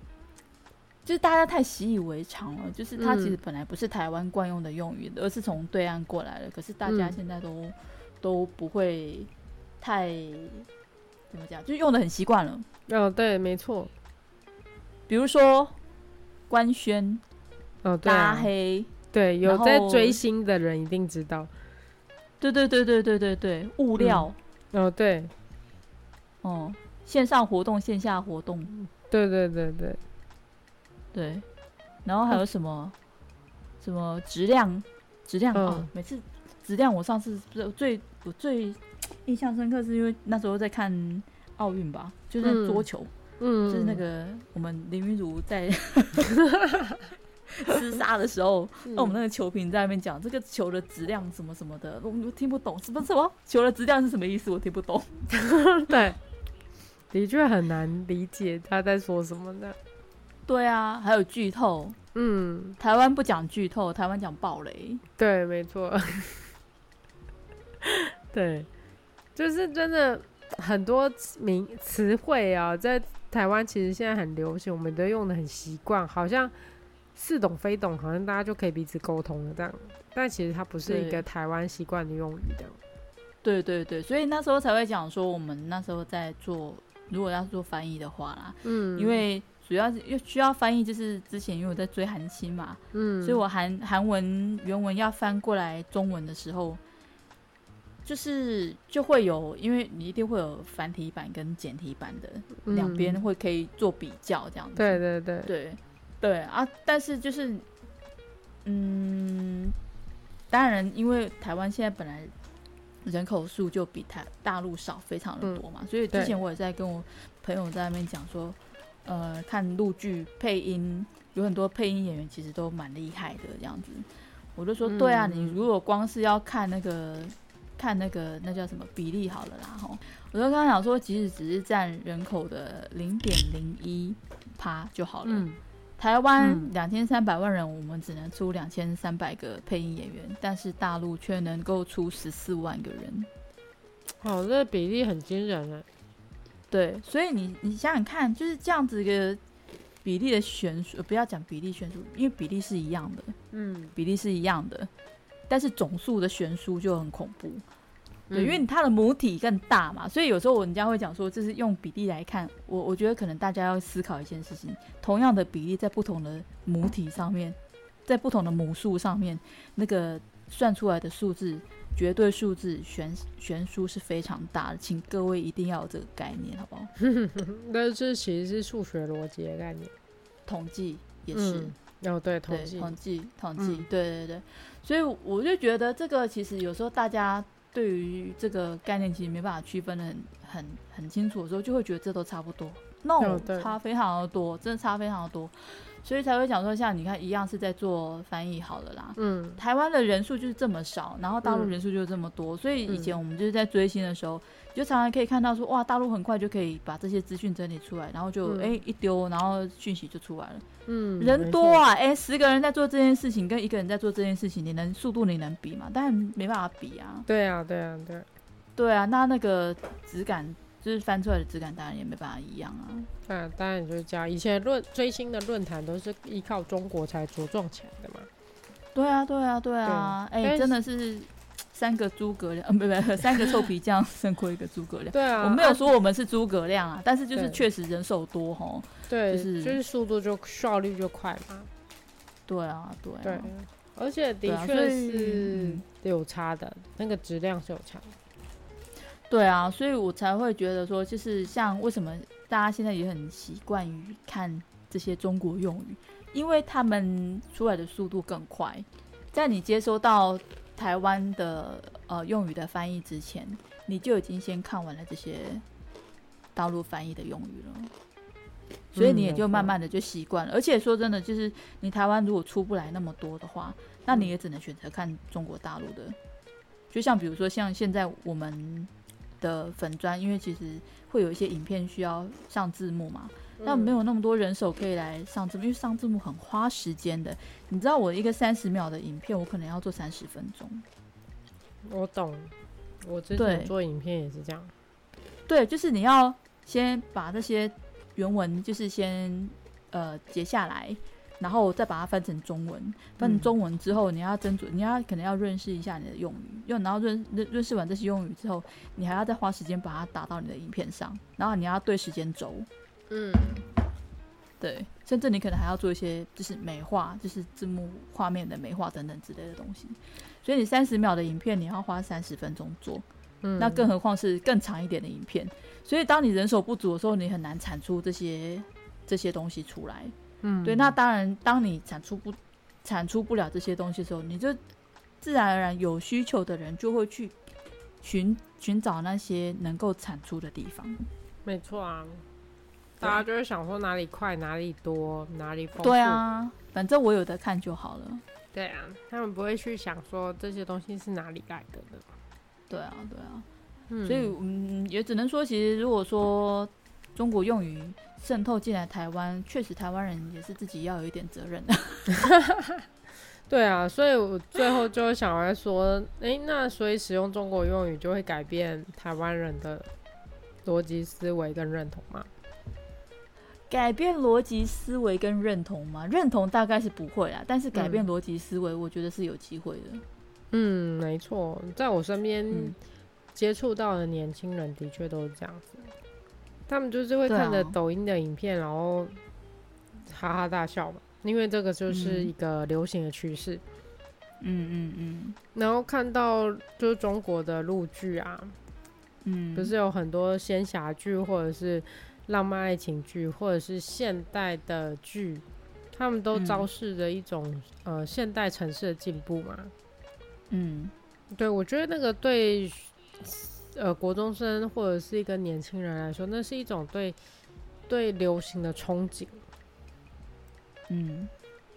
Speaker 3: 就是大家太习以为常了，就是它其实
Speaker 4: 嗯
Speaker 3: 本来不是台湾惯用的用语，而是从对岸过来的。可是大家
Speaker 4: 嗯
Speaker 3: 现在都、都不会太怎么讲，就是用的很习惯了。
Speaker 4: 嗯、对，没错。
Speaker 3: 比如说官宣、
Speaker 4: 哦，对、
Speaker 3: 拉
Speaker 4: 啊，
Speaker 3: 黑，
Speaker 4: 对，有
Speaker 3: 然后
Speaker 4: 在追星的人一定知道。
Speaker 3: 对对对对对对对，物料，
Speaker 4: 哦，对，嗯
Speaker 3: 哦、线上活动、线下活动，
Speaker 4: 对对对对，
Speaker 3: 对，然后还有什么、什么质量，质量、
Speaker 4: 嗯
Speaker 3: 哦，每次质量，我上次最最我最印象深刻是因为那时候在看奥运吧，就在
Speaker 4: 嗯
Speaker 3: 桌球，
Speaker 4: 嗯，
Speaker 3: 就是那个我们林云如在 厮杀的时候，
Speaker 4: 嗯
Speaker 3: 那我们那个球评在那边讲这个球的质量什么什么的，我们都听不懂，什么什么球的质量是什么意思，我听不懂。
Speaker 4: 对，的确很难理解他在说什么呢。
Speaker 3: 对啊，还有剧透，
Speaker 4: 嗯，
Speaker 3: 台湾不讲剧透，台湾讲暴雷。
Speaker 4: 对，没错， 对，就是真的很多名词汇啊，在台湾其实现在很流行，我们都用的很习惯，好像似懂非懂，好像大家就可以彼此沟通了这样。但其实它不是一
Speaker 3: 对
Speaker 4: 个台湾习惯的用语，这样。
Speaker 3: 对对对，所以那时候才会讲说，我们那时候在做，如果要做翻译的话啦，
Speaker 4: 嗯
Speaker 3: 因为主要是又需要翻译，就是之前因为我在追韩星嘛，
Speaker 4: 嗯，
Speaker 3: 所以我韩韩文原文要翻过来中文的时候，就是就会有，因为你一定会有繁体版跟简体版的，
Speaker 4: 嗯
Speaker 3: 两边、会可以做比较这样子。
Speaker 4: 对对对，
Speaker 3: 对对啊，但是就是，嗯，当然，因为台湾现在本来人口数就比台大陆少非常的多嘛，所以之
Speaker 4: 嗯对
Speaker 3: 前我也在跟我朋友在那边讲说，呃，看陆剧配音有很多配音演员其实都蛮厉害的这样子，我就说，对啊，
Speaker 4: 嗯
Speaker 3: 你如果光是要看那个看那个那叫什么比例好了啦，吼，我就跟他讲说，即使只是占人口的零点零一趴就好了。
Speaker 4: 嗯
Speaker 3: 台湾
Speaker 4: 嗯
Speaker 3: 两千三百万人，我们只能出两千三百个配音演员，但是大陆却能够出十四万个人。
Speaker 4: 哦，这个比例很惊人哎。
Speaker 3: 对，所以你你想想看，就是这样子一个比例的悬殊，呃不要讲比例悬殊，因为比例是一样的，
Speaker 4: 嗯，
Speaker 3: 比例是一样的，但是总数的悬殊就很恐怖。对，
Speaker 4: 嗯
Speaker 3: 因为它的母体更大嘛，所以有时候人家会讲说，这是用比例来看。我我觉得可能大家要思考一件事情：同样的比例，在不同的母体上面，在不同的母数上面，那个算出来的数字，绝对数字悬悬殊是非常大的。请各位一定要有这个概念，好不好？
Speaker 4: 嗯但是其实是数学逻辑的概念。
Speaker 3: 统计也是。
Speaker 4: 嗯、哦，对，统
Speaker 3: 对，
Speaker 4: 计，
Speaker 3: 统计，统计，
Speaker 4: 嗯
Speaker 3: 对对对，所以我就觉得这个其实有时候大家对于这个概念其实没办法区分的很很很清楚的时候，就会觉得这都差不多。no，、
Speaker 4: 对
Speaker 3: 差非常的多，真的差非常的多。所以才会讲说，像你看一样是在做翻译好了啦。
Speaker 4: 嗯
Speaker 3: 台湾的人数就是这么少，然后大陆
Speaker 4: 嗯
Speaker 3: 人数就是这么多，所以以
Speaker 4: 嗯
Speaker 3: 前我们就是在追星的时候，你就常常可以看到说，哇，大陆很快就可以把这些资讯整理出来，然后就哎、
Speaker 4: 嗯
Speaker 3: 诶一丢，然后讯息就出来了。
Speaker 4: 嗯，
Speaker 3: 人
Speaker 4: 没
Speaker 3: 多
Speaker 4: 错，
Speaker 3: 啊，哎、十个人在做这件事情，跟一个人在做这件事情，你能速度你能比吗？当然没办法比啊。
Speaker 4: 对啊对啊对啊
Speaker 3: 对啊，那那个质感就是翻出来的质感，当然也没办法一样啊。
Speaker 4: 那当然就是这样。以前论追星的论坛都是依靠中国才茁壮起来的嘛。
Speaker 3: 对啊，对啊，对啊，哎、
Speaker 4: 但是
Speaker 3: 真的是三个诸葛亮，呃，不不，不三个臭皮匠 胜过一个诸葛亮。
Speaker 4: 对啊，
Speaker 3: 我没有
Speaker 4: 啊
Speaker 3: 说我们是诸葛亮啊，但是就是
Speaker 4: 对
Speaker 3: 确实人手多吼。
Speaker 4: 对，
Speaker 3: 就
Speaker 4: 就是是、速度就效率就快嘛。
Speaker 3: 对啊，对啊，
Speaker 4: 对，而且
Speaker 3: 对
Speaker 4: 的
Speaker 3: 啊所
Speaker 4: 确
Speaker 3: 以
Speaker 4: 是
Speaker 3: 嗯
Speaker 4: 有差的，那个质量是有差的。
Speaker 3: 对啊，所以我才会觉得说，就是像为什么大家现在也很习惯于看这些中国用语，因为他们出来的速度更快，在你接收到台湾的呃用语的翻译之前，你就已经先看完了这些大陆翻译的用语了。所
Speaker 4: 嗯
Speaker 3: 以你也就慢慢的就习惯了，而且说真的，就是你台湾如果出不来那么多的话，那你也只能选择看中国大陆的。就像比如说像现在我们的粉砖，因为其实会有一些影片需要上字幕嘛，那没
Speaker 4: 有
Speaker 3: 有那么多人手可以来上字幕，因为上字幕很花时间的。你知道我一个三十秒的影片，我可能要做三十分钟。
Speaker 4: 嗯我懂，我之
Speaker 3: 对
Speaker 4: 前做影片也是这样。
Speaker 3: 对，就是你要先把这些原文，就是先呃截下来，然后再把它翻成中文。翻成
Speaker 4: 嗯
Speaker 3: 中文之后，你要斟酌，你要可能要认识一下你的用语，用然后认认认识完这些用语之后，你还要再花时间把它打到你的影片上，然后你要对时间轴，
Speaker 4: 嗯，
Speaker 3: 对，甚至你可能还要做一些就是美化，就是字幕画面的美化等等之类的东西。所以你三十秒的影片，你要花三十分钟做，
Speaker 4: 嗯
Speaker 3: 那更何况是更长一点的影片。所以当你人手不足的时候，你很难产出这些这些东西出来。
Speaker 4: 嗯
Speaker 3: 对，那当然，当你产出不产出不了这些东西的时候，你就自然而然有需求的人就会去寻寻找那些能够产出的地方。
Speaker 4: 没错啊，
Speaker 3: 对
Speaker 4: 大家就是想说哪里快哪里多哪里丰富。
Speaker 3: 对，啊，反正我有的看就好了。
Speaker 4: 对啊，他们不会去想说这些东西是哪里来的的。
Speaker 3: 对啊，对啊，
Speaker 4: 嗯，
Speaker 3: 所以嗯，也只能说，其实如果说中国用语渗透进来台湾，确实台湾人也是自己要有一点责任的。
Speaker 4: 对啊，所以我最后就想要说，诶，那所以使用中国用语就会改变台湾人的逻辑思维跟认同
Speaker 3: 嗯
Speaker 4: 嘛？
Speaker 3: 改变逻辑思维跟认同吗？认同大概是不会啦，但是改
Speaker 4: 嗯
Speaker 3: 变逻辑思维，我觉得是有机会的。
Speaker 4: 嗯，没错，在我身边
Speaker 3: 嗯
Speaker 4: 接触到的年轻人的确都是这样子，他们就是会
Speaker 3: 对
Speaker 4: 看着
Speaker 3: 啊
Speaker 4: 抖音的影片，然后哈哈大笑嘛，因为这个就是
Speaker 3: 嗯
Speaker 4: 一个流行的趋势。
Speaker 3: 嗯嗯嗯
Speaker 4: 然后看到就是中国的陆剧啊，
Speaker 3: 嗯，
Speaker 4: 不是有很多仙侠剧，或者是浪漫爱情剧，或者是现代的剧，他们都
Speaker 3: 嗯
Speaker 4: 昭示着一种、呃现代城市的进步嘛。
Speaker 3: 嗯
Speaker 4: 对，我觉得那个对呃国中生或者是一个年轻人来说，那是一种对对流行的憧憬。
Speaker 3: 嗯，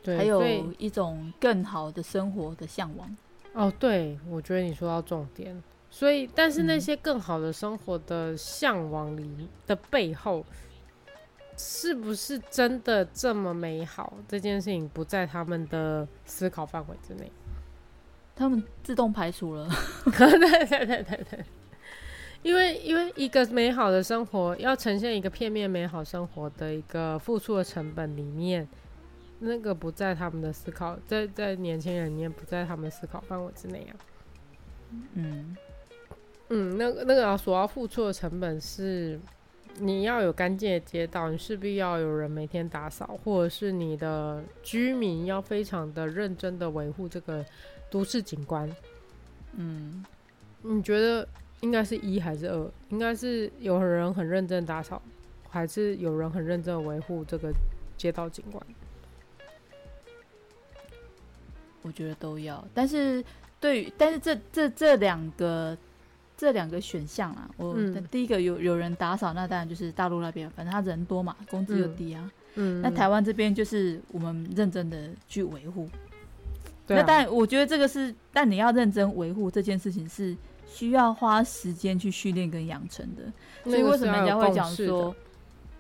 Speaker 4: 对，
Speaker 3: 还
Speaker 4: 所以
Speaker 3: 有一种更好的生活的向往。
Speaker 4: 哦，对，我觉得你说到重点。所以，但是那
Speaker 3: 嗯
Speaker 4: 些更好的生活的向往里的背后，是不是真的这么美好？这件事情不在他们的思考范围之内。
Speaker 3: 他们自动排除了，
Speaker 4: 对对对对对，因为因为一个美好的生活，要呈现一个片面美好生活的一个付出的成本里面，那个不在他们的思考，在在年轻人里面不在他们思考范围之内啊。
Speaker 3: 嗯，
Speaker 4: 嗯，那个那个所要付出的成本是，你要有干净的街道，你势必要有人每天打扫，或者是你的居民要非常的认真的维护这个都市景观。
Speaker 3: 嗯，
Speaker 4: 你觉得应该是一还是二？应该是有人很认真地打扫，还是有人很认真地维护这个街道景观？
Speaker 3: 我觉得都要。但是对于，但是这这这两个这两个选项啊，我、
Speaker 4: 嗯
Speaker 3: 第一个有有人打扫，那当然就是大陆那边，反正他人多嘛，工资又
Speaker 4: 嗯
Speaker 3: 低啊。
Speaker 4: 嗯，
Speaker 3: 那台湾这边就是我们认真的去维护。
Speaker 4: 对、
Speaker 3: 那
Speaker 4: 啊，
Speaker 3: 但我觉得这个是，但你要认真维护这件事情是需要花时间去训练跟养成的。所以
Speaker 4: 那个
Speaker 3: 为
Speaker 4: 是
Speaker 3: 什么人
Speaker 4: 要有
Speaker 3: 家会
Speaker 4: 共
Speaker 3: 讲
Speaker 4: 识的
Speaker 3: 说，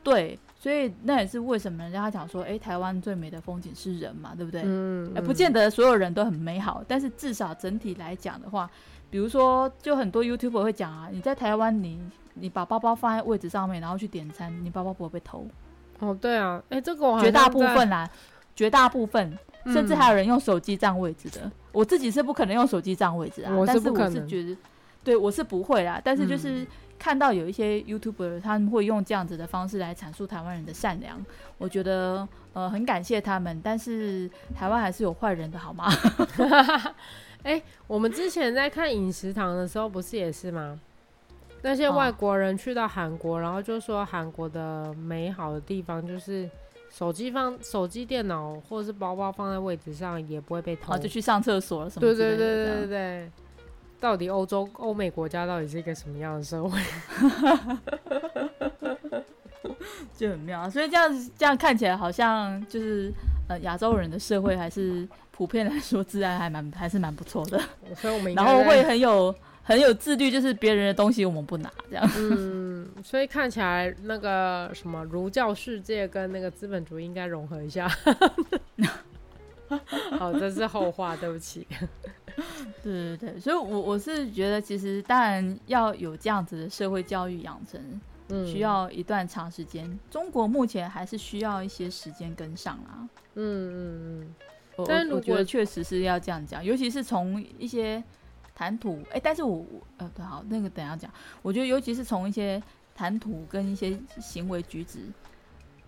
Speaker 3: 对，所以那也是为什么人家讲说，哎、台湾最美的风景是人嘛，对不对？
Speaker 4: 嗯，
Speaker 3: 呃，
Speaker 4: 嗯
Speaker 3: 不见得所有人都很美好，但是至少整体来讲的话，比如说，就很多 YouTuber 会讲啊，你在台湾你，你把包包放在位置上面，然后去点餐，你包包不会被偷，
Speaker 4: 哦，对啊，哎、这个我好
Speaker 3: 绝大
Speaker 4: 像
Speaker 3: 部
Speaker 4: 在
Speaker 3: 分啦，绝大部分，甚至
Speaker 4: 嗯
Speaker 3: 还有人用手机占位置的。我自己是不可能用手机占位置啊，
Speaker 4: 我是
Speaker 3: 但是
Speaker 4: 不可
Speaker 3: 我是
Speaker 4: 能
Speaker 3: 觉得，对我是不会啦，但是就是
Speaker 4: 嗯
Speaker 3: 看到有一些 YouTuber 他们会用这样子的方式来阐述台湾人的善良，我觉得呃很感谢他们，但是台湾还是有坏人的好吗？
Speaker 4: 哦 哎、我们之前在看饮食堂的时候，不是也是吗？那些
Speaker 3: 哦
Speaker 4: 外国人去到韩国，然后就说韩国的美好的地方就是手机放、手机、电脑或者是包包放在位置上也不会被偷。
Speaker 3: 哦，就去上厕所了什么
Speaker 4: 对
Speaker 3: 之类
Speaker 4: 对对
Speaker 3: 的
Speaker 4: 对
Speaker 3: 这
Speaker 4: 对
Speaker 3: 样
Speaker 4: 对。到底欧洲、欧美国家到底是一个什么样的社会？
Speaker 3: 就很妙啊。所以这样子这样看起来好像就是呃亚洲人的社会还是普遍来说治安还蛮还是蛮不错的，
Speaker 4: 所以我们应
Speaker 3: 然
Speaker 4: 该
Speaker 3: 后
Speaker 4: 在
Speaker 3: 会很有很有自律，就是别人的东西我们不拿这样。
Speaker 4: 嗯，所以看起来那个什么儒教世界跟那个资本主义应该融合一 下。好，这是后话，对不起。
Speaker 3: 对对对，所以我我是觉得其实当然要有这样子的社会教育养成，
Speaker 4: 嗯，
Speaker 3: 需要一段长时间。中国目前还是需要一些时间跟上啊。
Speaker 4: 嗯，嗯嗯
Speaker 3: 我
Speaker 4: 但
Speaker 3: 我
Speaker 4: 如
Speaker 3: 我觉
Speaker 4: 果
Speaker 3: 得确实是要这样讲，尤其是从一些谈吐，哎、但是我我呃，对，好，那个等一下讲。我觉得尤其是从一些谈吐跟一些行为举止，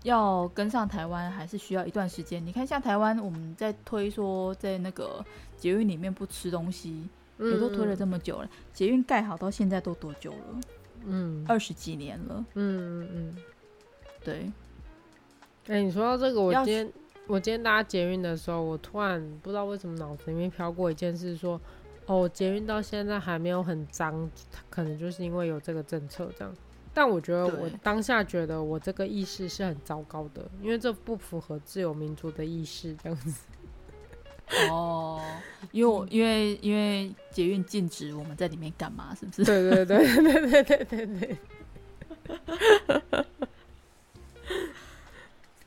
Speaker 3: 要跟上台湾还是需要一段时间。你看，像台湾我们在推说在那个捷运里面不吃东西，
Speaker 4: 嗯，
Speaker 3: 也都推了这么久了，捷运盖好到现在都多久了？
Speaker 4: 嗯
Speaker 3: 二十几年了，
Speaker 4: 嗯嗯嗯。
Speaker 3: 对，
Speaker 4: 哎、你说到这个，我
Speaker 3: 要
Speaker 4: 今天我今天搭捷运的时候，我突然不知道为什么脑子里面飘过一件事说哦，捷运到现在还没有很脏，可能就是因为有这个政策这样。但我觉得我
Speaker 3: 对
Speaker 4: 当下觉得我这个意识是很糟糕的，因为这不符合自由民主的意识这样子。
Speaker 3: 哦，因为我因为因为捷运禁止我们在里面干嘛，是不是？
Speaker 4: 对对对对对对对对。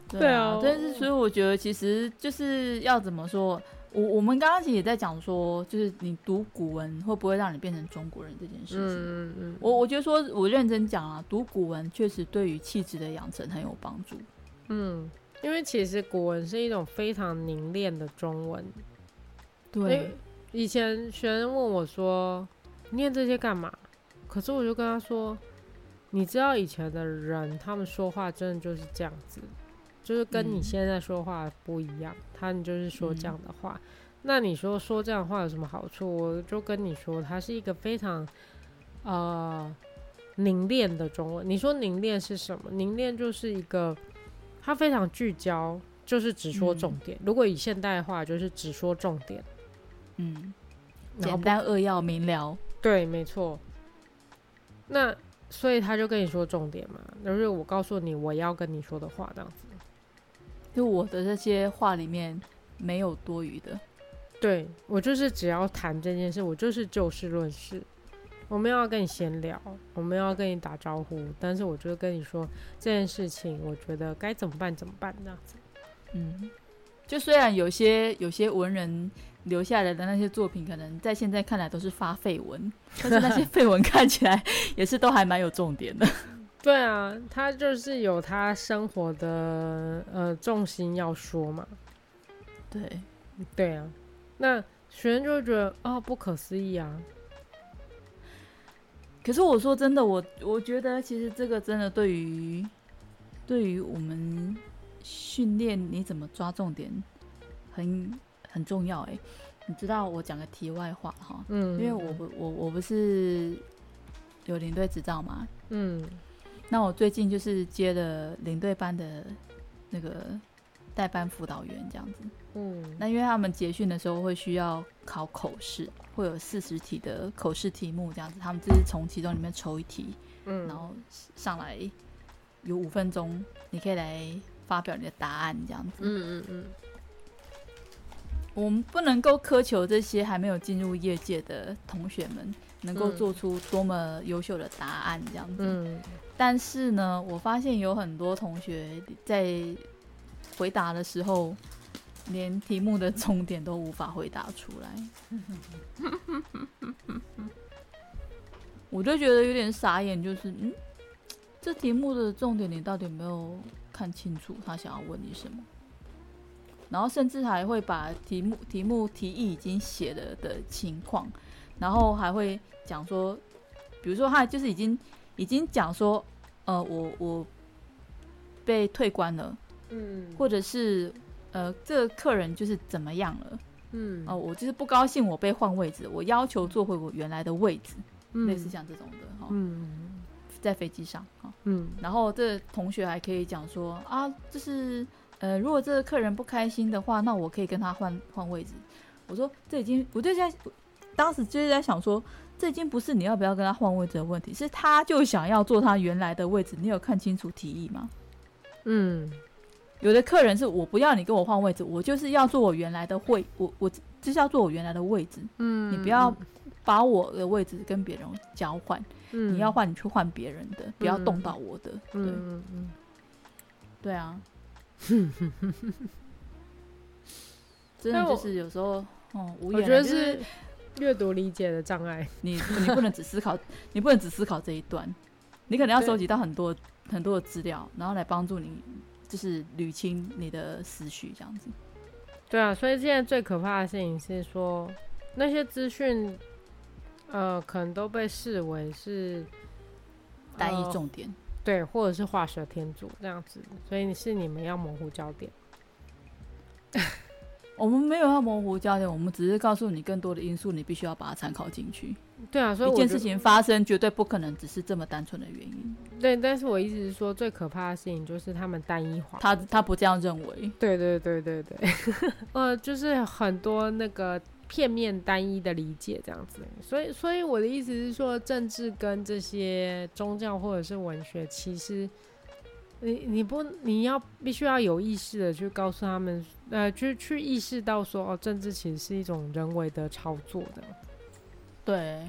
Speaker 3: 对
Speaker 4: 对
Speaker 3: 啊
Speaker 4: 啊，
Speaker 3: 但是所以我觉得其实就是要怎么说，我我们刚刚其实也在讲说，就是你读古文会不会让你变成中国人这件事情。
Speaker 4: 嗯嗯嗯，
Speaker 3: 我我觉得说，我认真讲啊，读古文确实对于气质的养成很有帮助。
Speaker 4: 嗯，因为其实古文是一种非常凝练的中文，因为，以前学生问我说：“你念这些干嘛？”可是我就跟他说：“你知道以前的人，他们说话真的就是这样子，就是跟你
Speaker 3: 嗯
Speaker 4: 现在说话不一样，他们就是说这样的话。那你说说这样的话有什么好处？我就跟你说，它是一个非常呃凝练的中文。你说凝练是什么？凝练就是一个它非常聚焦，就是只说重点。如果以现代化，就是只说重点。”
Speaker 3: 嗯，
Speaker 4: 然后
Speaker 3: 简
Speaker 4: 不
Speaker 3: 单扼要明了。
Speaker 4: 对，没错。那所以他就跟你说重点嘛，就是我告诉你我要跟你说的话这样子。
Speaker 3: 就我的这些话里面没有多余的。
Speaker 4: 对我就是只要谈这件事，我就是就事论事，我没有要跟你闲聊，我没有要跟你打招呼，但是我就跟你说这件事情，我觉得该怎么办怎么办这样子。
Speaker 3: 嗯，就虽然有些有些文人留下来的那些作品，可能在现在看来都是发废文，但是那些废文看起来也是都还蛮有重点的。
Speaker 4: 对啊，他就是有他生活的呃重心要说嘛，
Speaker 3: 对，
Speaker 4: 对啊，那学生就会觉得哦不可思议啊，
Speaker 3: 可是我说真的，我我觉得其实这个真的对于对于我们训练你怎么抓重点很很重要哎、你知道我讲个题外话哈，
Speaker 4: 嗯，
Speaker 3: 因为我不我我不是有领队执照嘛，
Speaker 4: 嗯。
Speaker 3: 那我最近就是接了领队班的那个代班辅导员这样子。
Speaker 4: 嗯
Speaker 3: 那因为他们结训的时候会需要考口试，会有四十题的口试题目这样子，他们就是从其中里面抽一题，
Speaker 4: 嗯，
Speaker 3: 然后上来有五分钟，你可以来发表你的答案这样子。
Speaker 4: 嗯嗯嗯，
Speaker 3: 我们不能够苛求这些还没有进入业界的同学们能够
Speaker 4: 嗯
Speaker 3: 做出多么优秀的答案这样子。
Speaker 4: 嗯
Speaker 3: 但是呢，我发现有很多同学在回答的时候，连题目的重点都无法回答出来，我就觉得有点傻眼，就是嗯，这题目的重点你到底有没有看清楚他想要问你什么？然后甚至还会把题目题目提议已经写了的情况，然后还会讲说，比如说他就是已经已经讲说，呃，我我被退关了，
Speaker 4: 嗯
Speaker 3: 或者是呃，这个客人就是怎么样了，
Speaker 4: 嗯
Speaker 3: 哦、我就是不高兴，我被换位置，我要求坐回我原来的位置，
Speaker 4: 嗯
Speaker 3: 类似像这种的哈、哦
Speaker 4: 嗯
Speaker 3: 在飞机上哈、哦
Speaker 4: 嗯
Speaker 3: 然后这同学还可以讲说啊，就是呃，如果这个客人不开心的话，那我可以跟他换换位置。我说这已经，我就在当时就是在想说，这已经不是你要不要跟他换位置的问题，是他就想要坐他原来的位置。你有看清楚提议吗？
Speaker 4: 嗯
Speaker 3: 有的客人是我不要你跟我换位置，我就是要坐我原来的位，我我就是要坐我原来的位置，
Speaker 4: 嗯，
Speaker 3: 你不要把我的位置跟别人交换，
Speaker 4: 嗯，
Speaker 3: 你要换你去换别人的，不要动到我的。
Speaker 4: 嗯
Speaker 3: 对，
Speaker 4: 嗯嗯
Speaker 3: 对 啊，真的
Speaker 4: 但我
Speaker 3: 就是有时候，哦，无
Speaker 4: 嗯，我
Speaker 3: 言啊。
Speaker 4: 觉得
Speaker 3: 就是
Speaker 4: 阅读理解的障碍。
Speaker 3: 你，你不能只思 考，你不能只思考这一段，你可能要
Speaker 4: 对
Speaker 3: 收集到很多很多的资料，然后来帮助你，就是捋清你的思绪，这样子。
Speaker 4: 哦对啊，所以现在最可怕的事情是说，那些资讯，呃，可能都被视为是
Speaker 3: 单一
Speaker 4: 呃
Speaker 3: 重点，
Speaker 4: 对，或者是画蛇添足这样子，所以是你们要模糊焦点。
Speaker 3: 我们没有要模糊焦点，我们只是告诉你更多的因素，你必须要把它参考进去。
Speaker 4: 对啊，所以
Speaker 3: 一
Speaker 4: 我
Speaker 3: 件
Speaker 4: 就
Speaker 3: 事情发生，绝对不可能只是这么单纯的原因。
Speaker 4: 对，但是我意思是说，最可怕的事情就是他们单一化。
Speaker 3: 他他不这样认为，
Speaker 4: 对对对对对， 呃，就是很多那个片面单一的理解这样子，所以所以我的意思是说，政治跟这些宗教或者是文学，其实你你不你要必须要有意识的去告诉他们，呃，去去意识到说，哦，政治其实是一种人为的操作的，
Speaker 3: 对，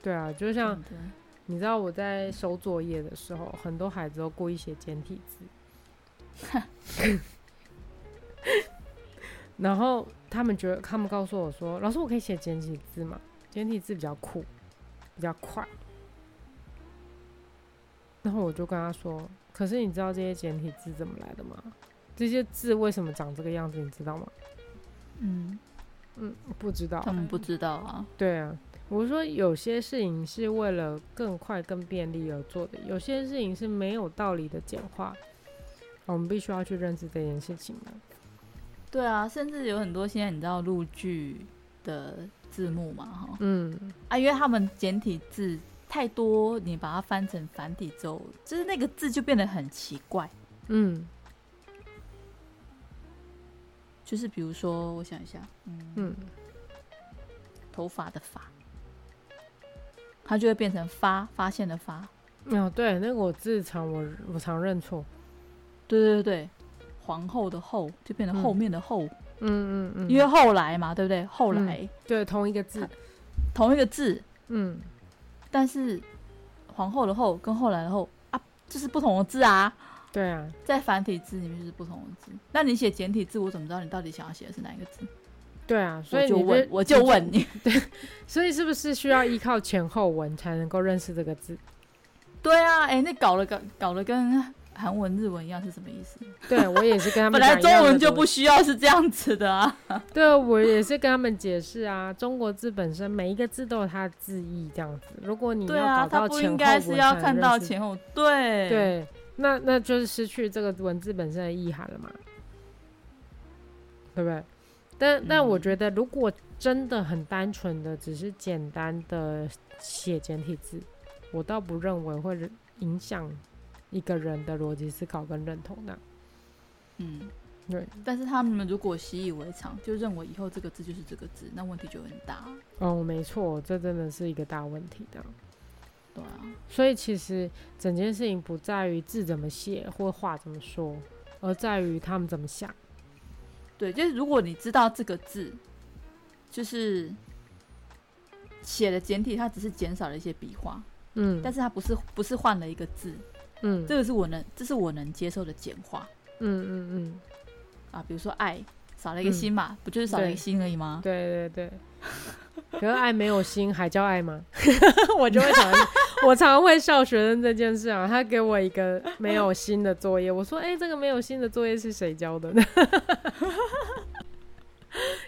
Speaker 4: 对啊，就
Speaker 3: 这
Speaker 4: 像
Speaker 3: 子。
Speaker 4: 你知道我在收作业的时候，很多孩子都故意写简体字， 然后他们觉得他们告诉我说：“老师，我可以写简体字吗？简体字比较酷，比较快。”然后我就跟他说：“可是你知道这些简体字怎么来的吗？这些字为什么长这个样子？你知道吗？
Speaker 3: 嗯，
Speaker 4: 不知道。
Speaker 3: 他们不知道啊。
Speaker 4: 对啊，我是说有些事情是为了更快、更便利而做的，有些事情是没有道理的简化。哦我们必须要去认识这件事情啊的。
Speaker 3: 对啊，甚至有很多现在你知道录剧的字幕嘛，哈
Speaker 4: 嗯，
Speaker 3: 啊，因为他们简体字太多，你把它翻成繁体之后，就是那个字就变得很奇怪。
Speaker 4: 嗯
Speaker 3: 就是比如说，我想一下，嗯，
Speaker 4: 嗯
Speaker 3: 头发的发，它就会变成发发现的发。
Speaker 4: 哦，对，那个我自常我我常认错。
Speaker 3: 对对对，皇后的后就变成后面的后，
Speaker 4: 嗯嗯嗯，
Speaker 3: 因为后来嘛，对不对？后来、
Speaker 4: 对同一个 字。
Speaker 3: 同一个字，
Speaker 4: 嗯，
Speaker 3: 但是皇后的后跟后来的后啊，就是不同的字啊，
Speaker 4: 对啊，
Speaker 3: 在繁体字里面就是不同的字。那你写简体字，我怎么知道你到底想要写的是哪一个字？
Speaker 4: 对啊，所
Speaker 3: 我
Speaker 4: 以
Speaker 3: 就
Speaker 4: 你
Speaker 3: 问，我就问，你。
Speaker 4: 所以是不是需要依靠前后文才能够认识这个字？
Speaker 3: 对啊，哎、那搞了搞搞了跟韩文、日文一样是什么意思？
Speaker 4: 对我也是跟 他们
Speaker 3: 本来
Speaker 4: 讲一
Speaker 3: 中
Speaker 4: 样的
Speaker 3: 文就
Speaker 4: 逻辑
Speaker 3: 不需要是这样子 的啊。
Speaker 4: 对，我也是跟他们解释啊，中国字本身每一个字都有它的字义，这样子。如果你
Speaker 3: 对
Speaker 4: 要
Speaker 3: 啊，
Speaker 4: 搞
Speaker 3: 他
Speaker 4: 到
Speaker 3: 不
Speaker 4: 前后
Speaker 3: 应
Speaker 4: 文
Speaker 3: 该是要
Speaker 4: 才能
Speaker 3: 看
Speaker 4: 认
Speaker 3: 到
Speaker 4: 识，
Speaker 3: 前后，对，
Speaker 4: 对，那那就是失去这个文字本身的意涵了嘛，对不对？但但我
Speaker 3: 嗯
Speaker 4: 觉得，如果真的很单纯的只是简单的写简体字，我倒不认为会影响一个人的逻辑思考跟认同的。
Speaker 3: 嗯，
Speaker 4: 对。
Speaker 3: 但是他们如果习以为常，就认为以后这个字就是这个字，那问题就很大。
Speaker 4: 哦，没错，这真的是一个大问题的。
Speaker 3: 对啊，
Speaker 4: 所以其实整件事情不在于字怎么写或话怎么说，而在于他们怎么想。
Speaker 3: 对，就是如果你知道这个字，就是写的简体，它只是减少了一些笔画，
Speaker 4: 嗯，
Speaker 3: 但是它不是不是换了一个字，
Speaker 4: 嗯
Speaker 3: 这个是我能，这是我能接受的简化
Speaker 4: 嗯嗯
Speaker 3: 啊。比如说爱，少了一个心嘛，不就是少了一个心而已吗
Speaker 4: 嗯，？对对对。可是爱没有心还叫爱吗？ 我就会想， 我常常会笑学生这件事啊。他给我一个没有心的作业，我说：“哎、这个没有心的作业是谁教的呢？”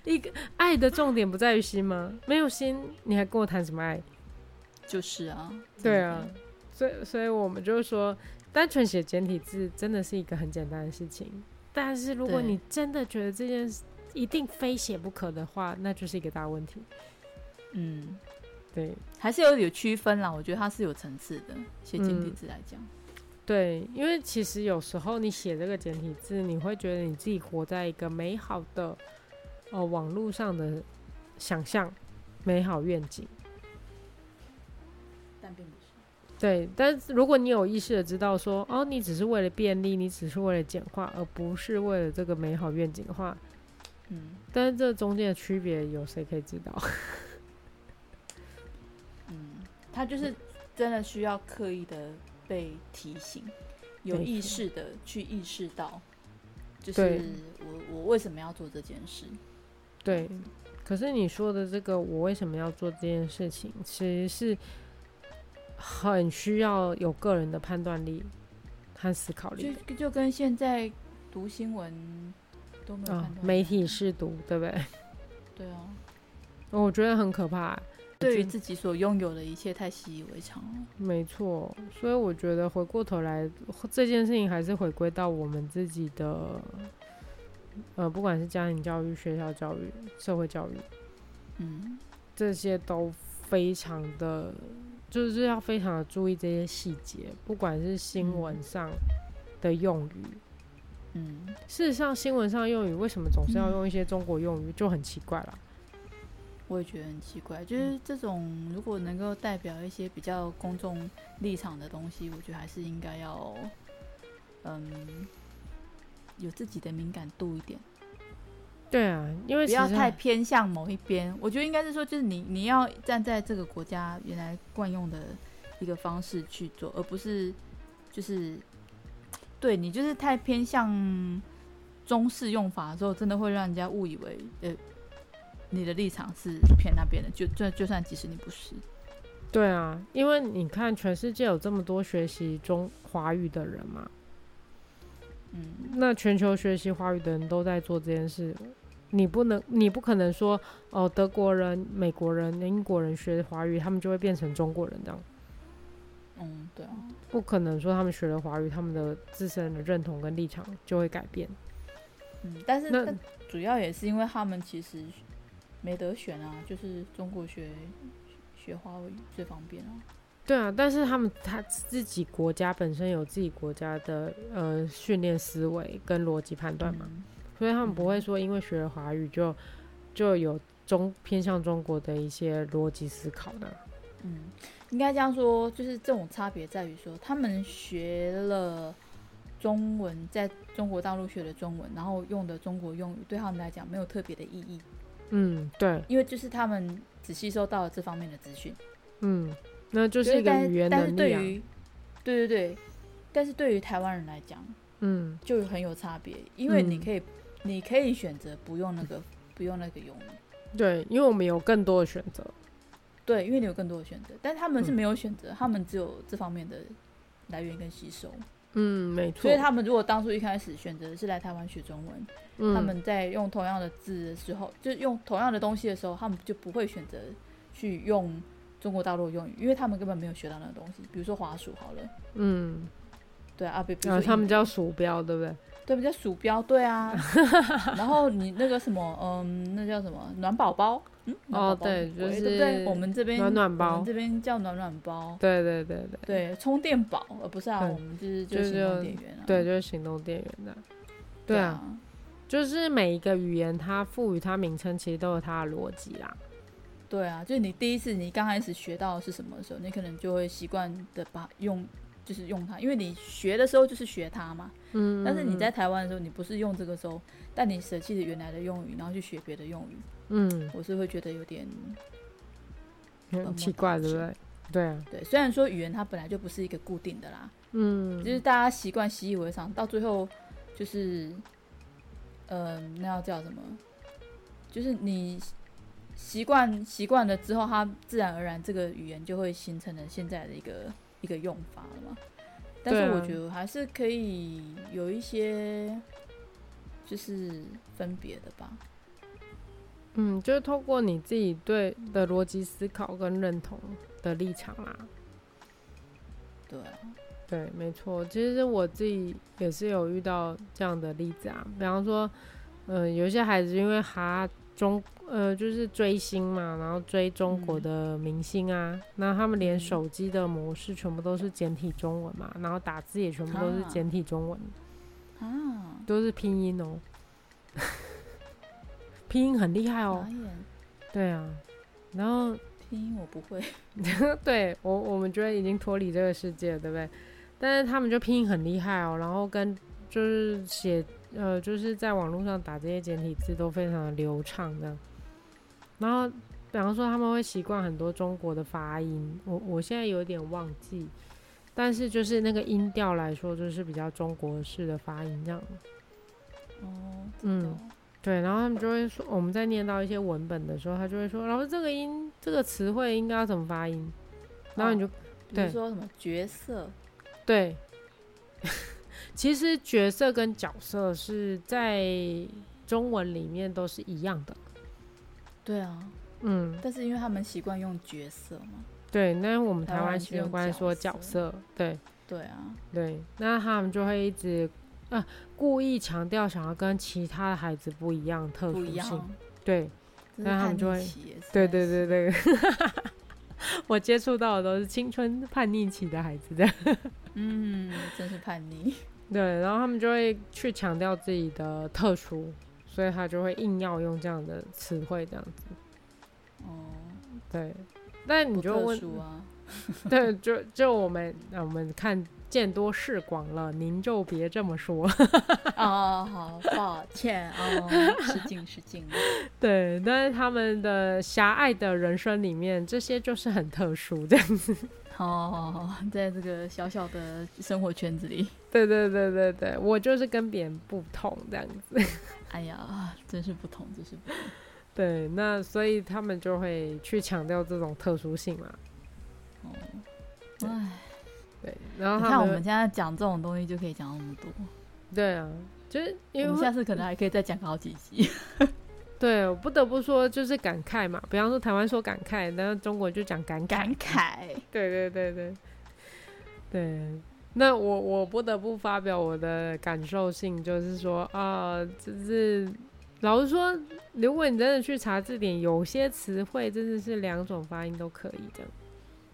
Speaker 4: 一个爱的重点不在于心吗？没有心，你还跟我谈什么爱？
Speaker 3: 就是啊，
Speaker 4: 对啊，所以所以我们就说，单纯写简体字真的是一个很简单的事情。但是如果
Speaker 3: 对
Speaker 4: 你真的觉得这件事一定非写不可的话，那就是一个大问题。
Speaker 3: 嗯，
Speaker 4: 对
Speaker 3: 还是有有区分啦。我觉得它是有层次的，写简体字来讲，
Speaker 4: 对，因为其实有时候你写这个简体字，你会觉得你自己活在一个美好的呃网络上的想象、美好愿景。
Speaker 3: 但并不是。
Speaker 4: 对，但是如果你有意识的知道说，哦，你只是为了便利，你只是为了简化，而不是为了这个美好愿景的话，
Speaker 3: 嗯
Speaker 4: 但是这中间的区别有谁可以知道？
Speaker 3: 嗯，它就是真的需要刻意的被提醒，有
Speaker 4: 没错
Speaker 3: 意识的去意识到，就
Speaker 4: 对
Speaker 3: 是我我为什么要做这件事。
Speaker 4: 对，可是你说的这个，我为什么要做这件事情，其实是很需要有个人的判断力和思考力啊
Speaker 3: 就
Speaker 4: 的
Speaker 3: 就跟现在读新闻都没有
Speaker 4: 啊、
Speaker 3: 看到、
Speaker 4: 媒体试读，对不对？
Speaker 3: 对啊，
Speaker 4: 我觉得很可怕、
Speaker 3: 对于
Speaker 4: 真
Speaker 3: 自己所拥有的一切太习以为常了。
Speaker 4: 没错，所以我觉得回过头来，这件事情还是回归到我们自己的，呃，不管是家庭教育、学校教育、社会教育，
Speaker 3: 嗯，
Speaker 4: 这些都非常的，就是要非常的注意这些细节，不管是新闻上的用语。
Speaker 3: 嗯，
Speaker 4: 事实上，新闻上用语为什么总是要
Speaker 3: 嗯
Speaker 4: 用一些中国用语，就很奇怪了。
Speaker 3: 我也觉得很奇怪，就是这种如果能够代表一些比较公众立场的东西，我觉得还是应该要，嗯，有自己的敏感度一点，
Speaker 4: 对啊，因为
Speaker 3: 不
Speaker 4: 其
Speaker 3: 要
Speaker 4: 实
Speaker 3: 太偏向某一边。我觉得应该是说，就是你你要站在这个国家原来惯用的一个方式去做，而不是就是对你就是太偏向中式用法的时候，真的会让人家误以为呃你的立场是偏那边的，就就就算即使你不是，
Speaker 4: 对啊，因为你看，全世界有这么多学习中华语的人嘛，
Speaker 3: 嗯，
Speaker 4: 那全球学习华语的人都在做这件事，你不能，你不可能说哦，德国人、美国人、英国人学华语，他们就会变成中国人这样，
Speaker 3: 嗯，对啊，
Speaker 4: 不可能说他们学了华语，他们的自身的认同跟立场就会改变。
Speaker 3: 嗯，但是
Speaker 4: 那
Speaker 3: 但主要也是因为他们其实没得选啊，就是中国学学华语最方便啊。
Speaker 4: 对啊，但是他们他自己国家本身有自己国家的呃训练思维跟逻辑判断嘛，
Speaker 3: 嗯
Speaker 4: 所以他们不会
Speaker 3: 嗯
Speaker 4: 说因为学了华语就就有中偏向中国的一些逻辑思考的。
Speaker 3: 嗯，应该这样说，就是这种差别在于说，他们学了中文，在中国大陆学的中文，然后用的中国用语，对他们来讲没有特别的意义，
Speaker 4: 嗯，对，
Speaker 3: 因为就是他们只吸收到了这方面的资讯，
Speaker 4: 嗯，那就
Speaker 3: 就是
Speaker 4: 一个
Speaker 3: 但
Speaker 4: 语言
Speaker 3: 但是
Speaker 4: 能力
Speaker 3: 对
Speaker 4: 啊。
Speaker 3: 于，对对对，但是对于台湾人来讲
Speaker 4: 嗯，
Speaker 3: 就很有差别，因为你
Speaker 4: 嗯
Speaker 3: 可以，你可以选择不用那个不用那个用语，
Speaker 4: 对，因为我们有更多的选择。
Speaker 3: 对，因为你有更多的选择，但他们是
Speaker 4: 嗯
Speaker 3: 没有选择，他们只有这方面的来源跟吸收。
Speaker 4: 嗯，没错。
Speaker 3: 所以他们如果当初一开始选择的是来台湾学中文，
Speaker 4: 嗯
Speaker 3: 他们在用同样的字的时候，就是用同样的东西的时候，他们就不会选择去用中国大陆的用语，因为他们根本没有学到那个东西。比如说滑鼠好了，
Speaker 4: 嗯，
Speaker 3: 对啊，比比如
Speaker 4: 然后哦
Speaker 3: 说、
Speaker 4: 他们叫鼠标，对不对？
Speaker 3: 对，比较鼠标，对啊。然后你那个什么，嗯，那叫什么暖宝宝，嗯，暖
Speaker 4: 哦
Speaker 3: 宝宝
Speaker 4: 对
Speaker 3: 不会
Speaker 4: 就是
Speaker 3: 对不对？我们这边
Speaker 4: 暖暖包
Speaker 3: 我们这边叫暖暖包，
Speaker 4: 对对对对
Speaker 3: 对，充电宝，呃，不是啊，
Speaker 4: 对
Speaker 3: 我们就是
Speaker 4: 就是是
Speaker 3: 行动电源啊，
Speaker 4: 对，就是行动电源的。对
Speaker 3: 对
Speaker 4: 啊，，就是每一个语言它赋予它名称，其实都有它的逻辑啦。
Speaker 3: 对啊，就是你第一次你刚开始学到的是什么的时候，你可能就会习惯的把用就是用它，因为你学的时候就是学它嘛。
Speaker 4: 嗯，
Speaker 3: 但是你在台湾的时候，你不是用这个时候，但你舍弃了原来的用语，然后去学别的用语，
Speaker 4: 嗯，
Speaker 3: 我是会觉得有点
Speaker 4: 很奇怪，对不对？对啊，
Speaker 3: 对。虽然说语言它本来就不是一个固定的啦，
Speaker 4: 嗯，
Speaker 3: 就是大家习惯习以为常，到最后就是，嗯、那要叫什么？就是你习惯习惯了之后，它自然而然这个语言就会形成了现在的一个一个用法了嘛。但是
Speaker 4: 对啊
Speaker 3: 我觉得还是可以有一些就是分别的吧。
Speaker 4: 嗯，就是透过你自己对的逻辑思考跟认同的立场啦、
Speaker 3: 对啊，
Speaker 4: 对，没错。其实我自己也是有遇到这样的例子啊，比方说，嗯、有一些孩子因为哈中呃就是追星嘛，然后追中国
Speaker 3: 嗯
Speaker 4: 的明星啊，那、他们连
Speaker 3: 嗯
Speaker 4: 手机的模式全部都是简体中文嘛，然后打字也全部都是
Speaker 3: 啊
Speaker 4: 简体中文，
Speaker 3: 啊，
Speaker 4: 都是拼音 哦，拼音很厉害哦
Speaker 3: 眨。眼
Speaker 4: 对啊，然后
Speaker 3: 拼音我不会，
Speaker 4: 对我，我们觉得已经脱离这个世界了，对不对？但是他们就拼音很厉害哦，然后跟就是写呃，就是在网络上打这些简体字都非常的流畅的。然后，比方说他们会习惯很多中国的发音，我我现在有点忘记，但是就是那个音调来说，就是比较中国式的发音这样。
Speaker 3: 哦，
Speaker 4: 嗯
Speaker 3: 真的哦
Speaker 4: 对，然后他们就会说，我们在念到一些文本的时候，他就会说，老师这个音这个词汇应该要怎么发音，然后你就
Speaker 3: 比
Speaker 4: 对
Speaker 3: 如说什么角色，
Speaker 4: 对， 其实角色跟角色是在中文里面都是一样的。
Speaker 3: 对啊，
Speaker 4: 嗯，
Speaker 3: 但是因为他们习惯用角色嘛，
Speaker 4: 对。那我们
Speaker 3: 台
Speaker 4: 台
Speaker 3: 湾
Speaker 4: 湾
Speaker 3: 是
Speaker 4: 习
Speaker 3: 用
Speaker 4: 惯
Speaker 3: 角
Speaker 4: 说角
Speaker 3: 色
Speaker 4: 色，对
Speaker 3: 对啊，
Speaker 4: 对。那他们就会一直呃故意强调想要跟其他的孩子不一样的特
Speaker 3: 不
Speaker 4: 殊
Speaker 3: 一
Speaker 4: 性。
Speaker 3: 样，
Speaker 4: 对
Speaker 3: 真
Speaker 4: 那
Speaker 3: 是
Speaker 4: 他
Speaker 3: 叛
Speaker 4: 们就
Speaker 3: 逆
Speaker 4: 会
Speaker 3: 期耶，实
Speaker 4: 对
Speaker 3: 在
Speaker 4: 对
Speaker 3: 是，
Speaker 4: 对对。 我接触到的都是青春叛逆期的孩子的，
Speaker 3: 嗯，真是叛逆，
Speaker 4: 对，然后他们就会去强调自己的特殊，所以他就会硬要用这样的词汇这样子。
Speaker 3: 哦，
Speaker 4: 对，但你
Speaker 3: 不
Speaker 4: 就
Speaker 3: 特
Speaker 4: 问，
Speaker 3: 殊啊，
Speaker 4: 对，就就我们、啊、我们看见多识广了，您就别这么说。
Speaker 3: 哦，好抱歉 哦，失敬失敬，
Speaker 4: 对，但是他们的狭隘的人生里面，这些就是很特殊的。
Speaker 3: 哦，在这个小小的生活圈子里，
Speaker 4: 对对对对对，我就是跟别人不同这样子。
Speaker 3: 哎呀，真是不同，真是不同，
Speaker 4: 对，那所以他们就会去强调这种特殊性嘛。
Speaker 3: 哦，
Speaker 4: 对
Speaker 3: 哎，
Speaker 4: 对，然后
Speaker 3: 你看
Speaker 4: 他
Speaker 3: 我
Speaker 4: 们
Speaker 3: 们现在讲这种东西就可以讲那么多，
Speaker 4: 对啊，就是因
Speaker 3: 我
Speaker 4: 为
Speaker 3: 们下次可能还可以再讲个好几集，
Speaker 4: 对，我不得不说就是感慨嘛。比方说台湾说感慨，但是中国就讲感慨。
Speaker 3: 感慨，
Speaker 4: 对对对对对。那我我不得不发表我的感受性，就是说啊、就是老实说，如果你真的去查字典，有些词汇真的是两种发音都可以的。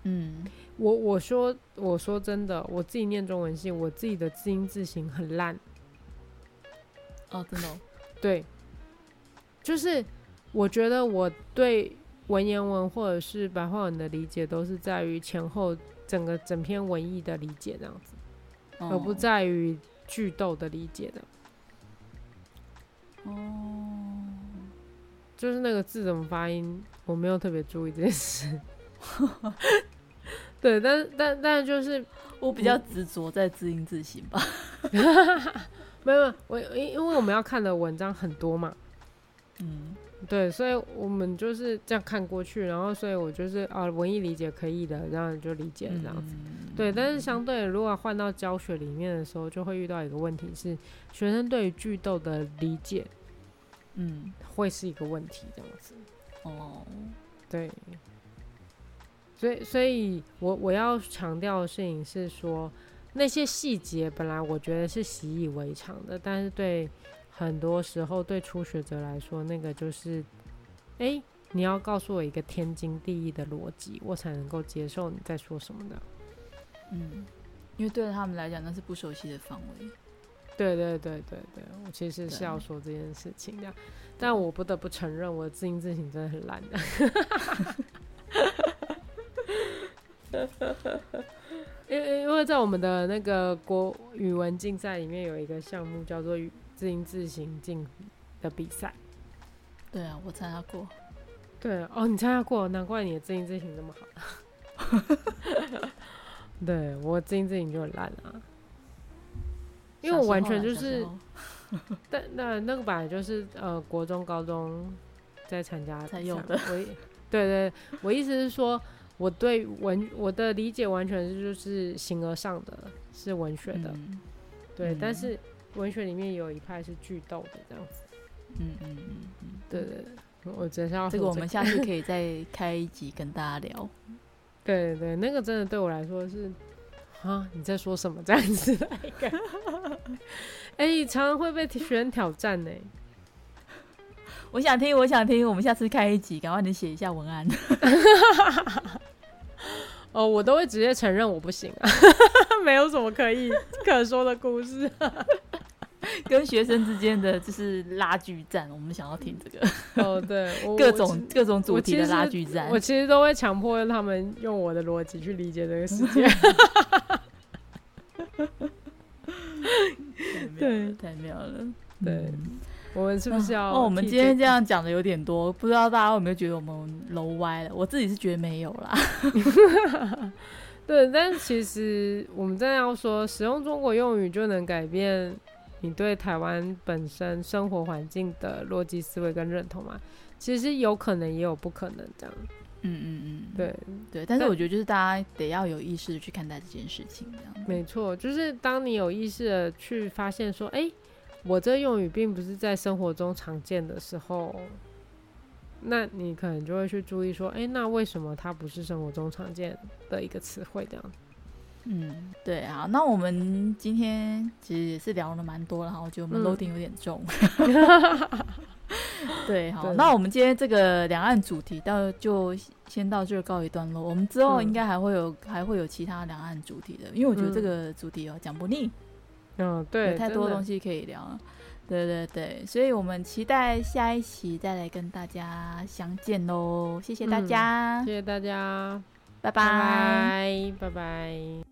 Speaker 3: 嗯，
Speaker 4: 我我说我说真的，我自己念中文系，我自己的字音字形很烂，
Speaker 3: 哦，真的哦，
Speaker 4: 对，就是我觉得我对文言文或者是白话文的理解，都是在于前后整个整篇文艺的理解这样子，而
Speaker 3: 哦
Speaker 4: 不在于句逗的理解的，
Speaker 3: 哦。
Speaker 4: 就是那个字怎么发音，我没有特别注意这件事。 对，但但但就是
Speaker 3: 我比较执着在自音自省吧。
Speaker 4: 没有没有我因因为我们要看的文章很多嘛，
Speaker 3: 嗯，
Speaker 4: 对，所以我们就是这样看过去，然后所以我就是啊文艺理解可以的，然后你就理解这样子。对，但是相对如果换到教学里面的时候，就会遇到一个问题是，学生对于句逗的理解
Speaker 3: 嗯，
Speaker 4: 会是一个问题，这样子。
Speaker 3: 哦，
Speaker 4: 对，所以所以我我要强调的事情是说，那些细节本来我觉得是习以为常的，但是对很多时候对初学者来说，那个就是，哎、你要告诉我一个天经地义的逻辑，我才能够接受你在说什么的。
Speaker 3: 嗯，因为对他们来讲那是不熟悉的范围。
Speaker 4: 对对对对对，我其实是
Speaker 3: 对
Speaker 4: 要说这件事情的，但我不得不承认，我的自音自省真的很烂的。因为因为在我们的那个国语文竞赛里面有一个项目叫做语自音自省竞的比赛。
Speaker 3: 对啊，我参加过，
Speaker 4: 对哦，你参加过，难怪你的自音自省那么好。 对我自音自省就很烂啊，因为我完全就
Speaker 3: 小时
Speaker 4: 是
Speaker 3: 候啦
Speaker 4: 但那那个本来就是呃，国中、高中在参加
Speaker 3: 才有
Speaker 4: 上
Speaker 3: 的。
Speaker 4: 我对对，我意思是说，我对文我的理解完全是就是形而上的，是文学
Speaker 3: 小时候
Speaker 4: 的，
Speaker 3: 嗯
Speaker 4: 对。但
Speaker 3: 嗯
Speaker 4: 是文学里面有一派是剧斗的这样子，
Speaker 3: 嗯嗯嗯嗯，
Speaker 4: 对对对，我真是要
Speaker 3: 这个
Speaker 4: 说
Speaker 3: 我们下次可以再开一集跟大家聊。
Speaker 4: 对对对，那个真的对我来说是啊，你在说什么这样子的一个， 哎、常常会被学生挑战呢、
Speaker 3: 我想听，我想听，我们下次开一集，赶快你写一下文 案。
Speaker 4: 哦，我都会直接承认我不行啊， 没有什么可以可说的故 事。
Speaker 3: 跟学生之间的就是拉锯战，我们想要听这个
Speaker 4: 哦，对，我
Speaker 3: 各
Speaker 4: 我
Speaker 3: 种
Speaker 4: 其
Speaker 3: 各种主题的
Speaker 4: 其实
Speaker 3: 拉锯战
Speaker 4: 我。其实都会强迫他们用我的逻辑去理解这个世 界。对
Speaker 3: 太妙了，
Speaker 4: 对，我们是不是要替这、
Speaker 3: 嗯哦，我们今天这样讲的有点多，不知道大家有没有觉得我们楼歪了？我自己是觉得没有啦。
Speaker 4: 对，但其实我们真的要说，使用中国用语就能改变你对台湾本身生活环境的逻辑思维跟认同嘛？其实有可能，也有不可能这样。
Speaker 3: 嗯嗯嗯，
Speaker 4: 对，
Speaker 3: 对，但是
Speaker 4: 但
Speaker 3: 我觉得就是大家得要有意识的去看待这件事情，这样。
Speaker 4: 没错，就是当你有意识的去发现说，哎、我这用语并不是在生活中常见的时候，那你可能就会去注意说，哎、那为什么它不是生活中常见的一个词汇？这样，
Speaker 3: 嗯，对啊，那我们今天其实也是聊了蛮多了哈，我觉得我们
Speaker 4: 嗯
Speaker 3: loading 有点重。 对，好，
Speaker 4: 对
Speaker 3: 那我们今天这个两岸主题到就先到这儿告一段落，我们之后
Speaker 4: 嗯
Speaker 3: 应该还会有、还会有其他两岸主题的，因为我觉得这
Speaker 4: 嗯
Speaker 3: 个主题哦讲不腻，
Speaker 4: 嗯，对，
Speaker 3: 有太多东
Speaker 4: 西。
Speaker 3: 西可以聊了。对对对，所以我们期待下一期再来跟大家相见喽，谢谢大
Speaker 4: 嗯
Speaker 3: 家，
Speaker 4: 谢谢大家，
Speaker 3: 拜
Speaker 4: 拜
Speaker 3: 拜
Speaker 4: 拜，拜拜。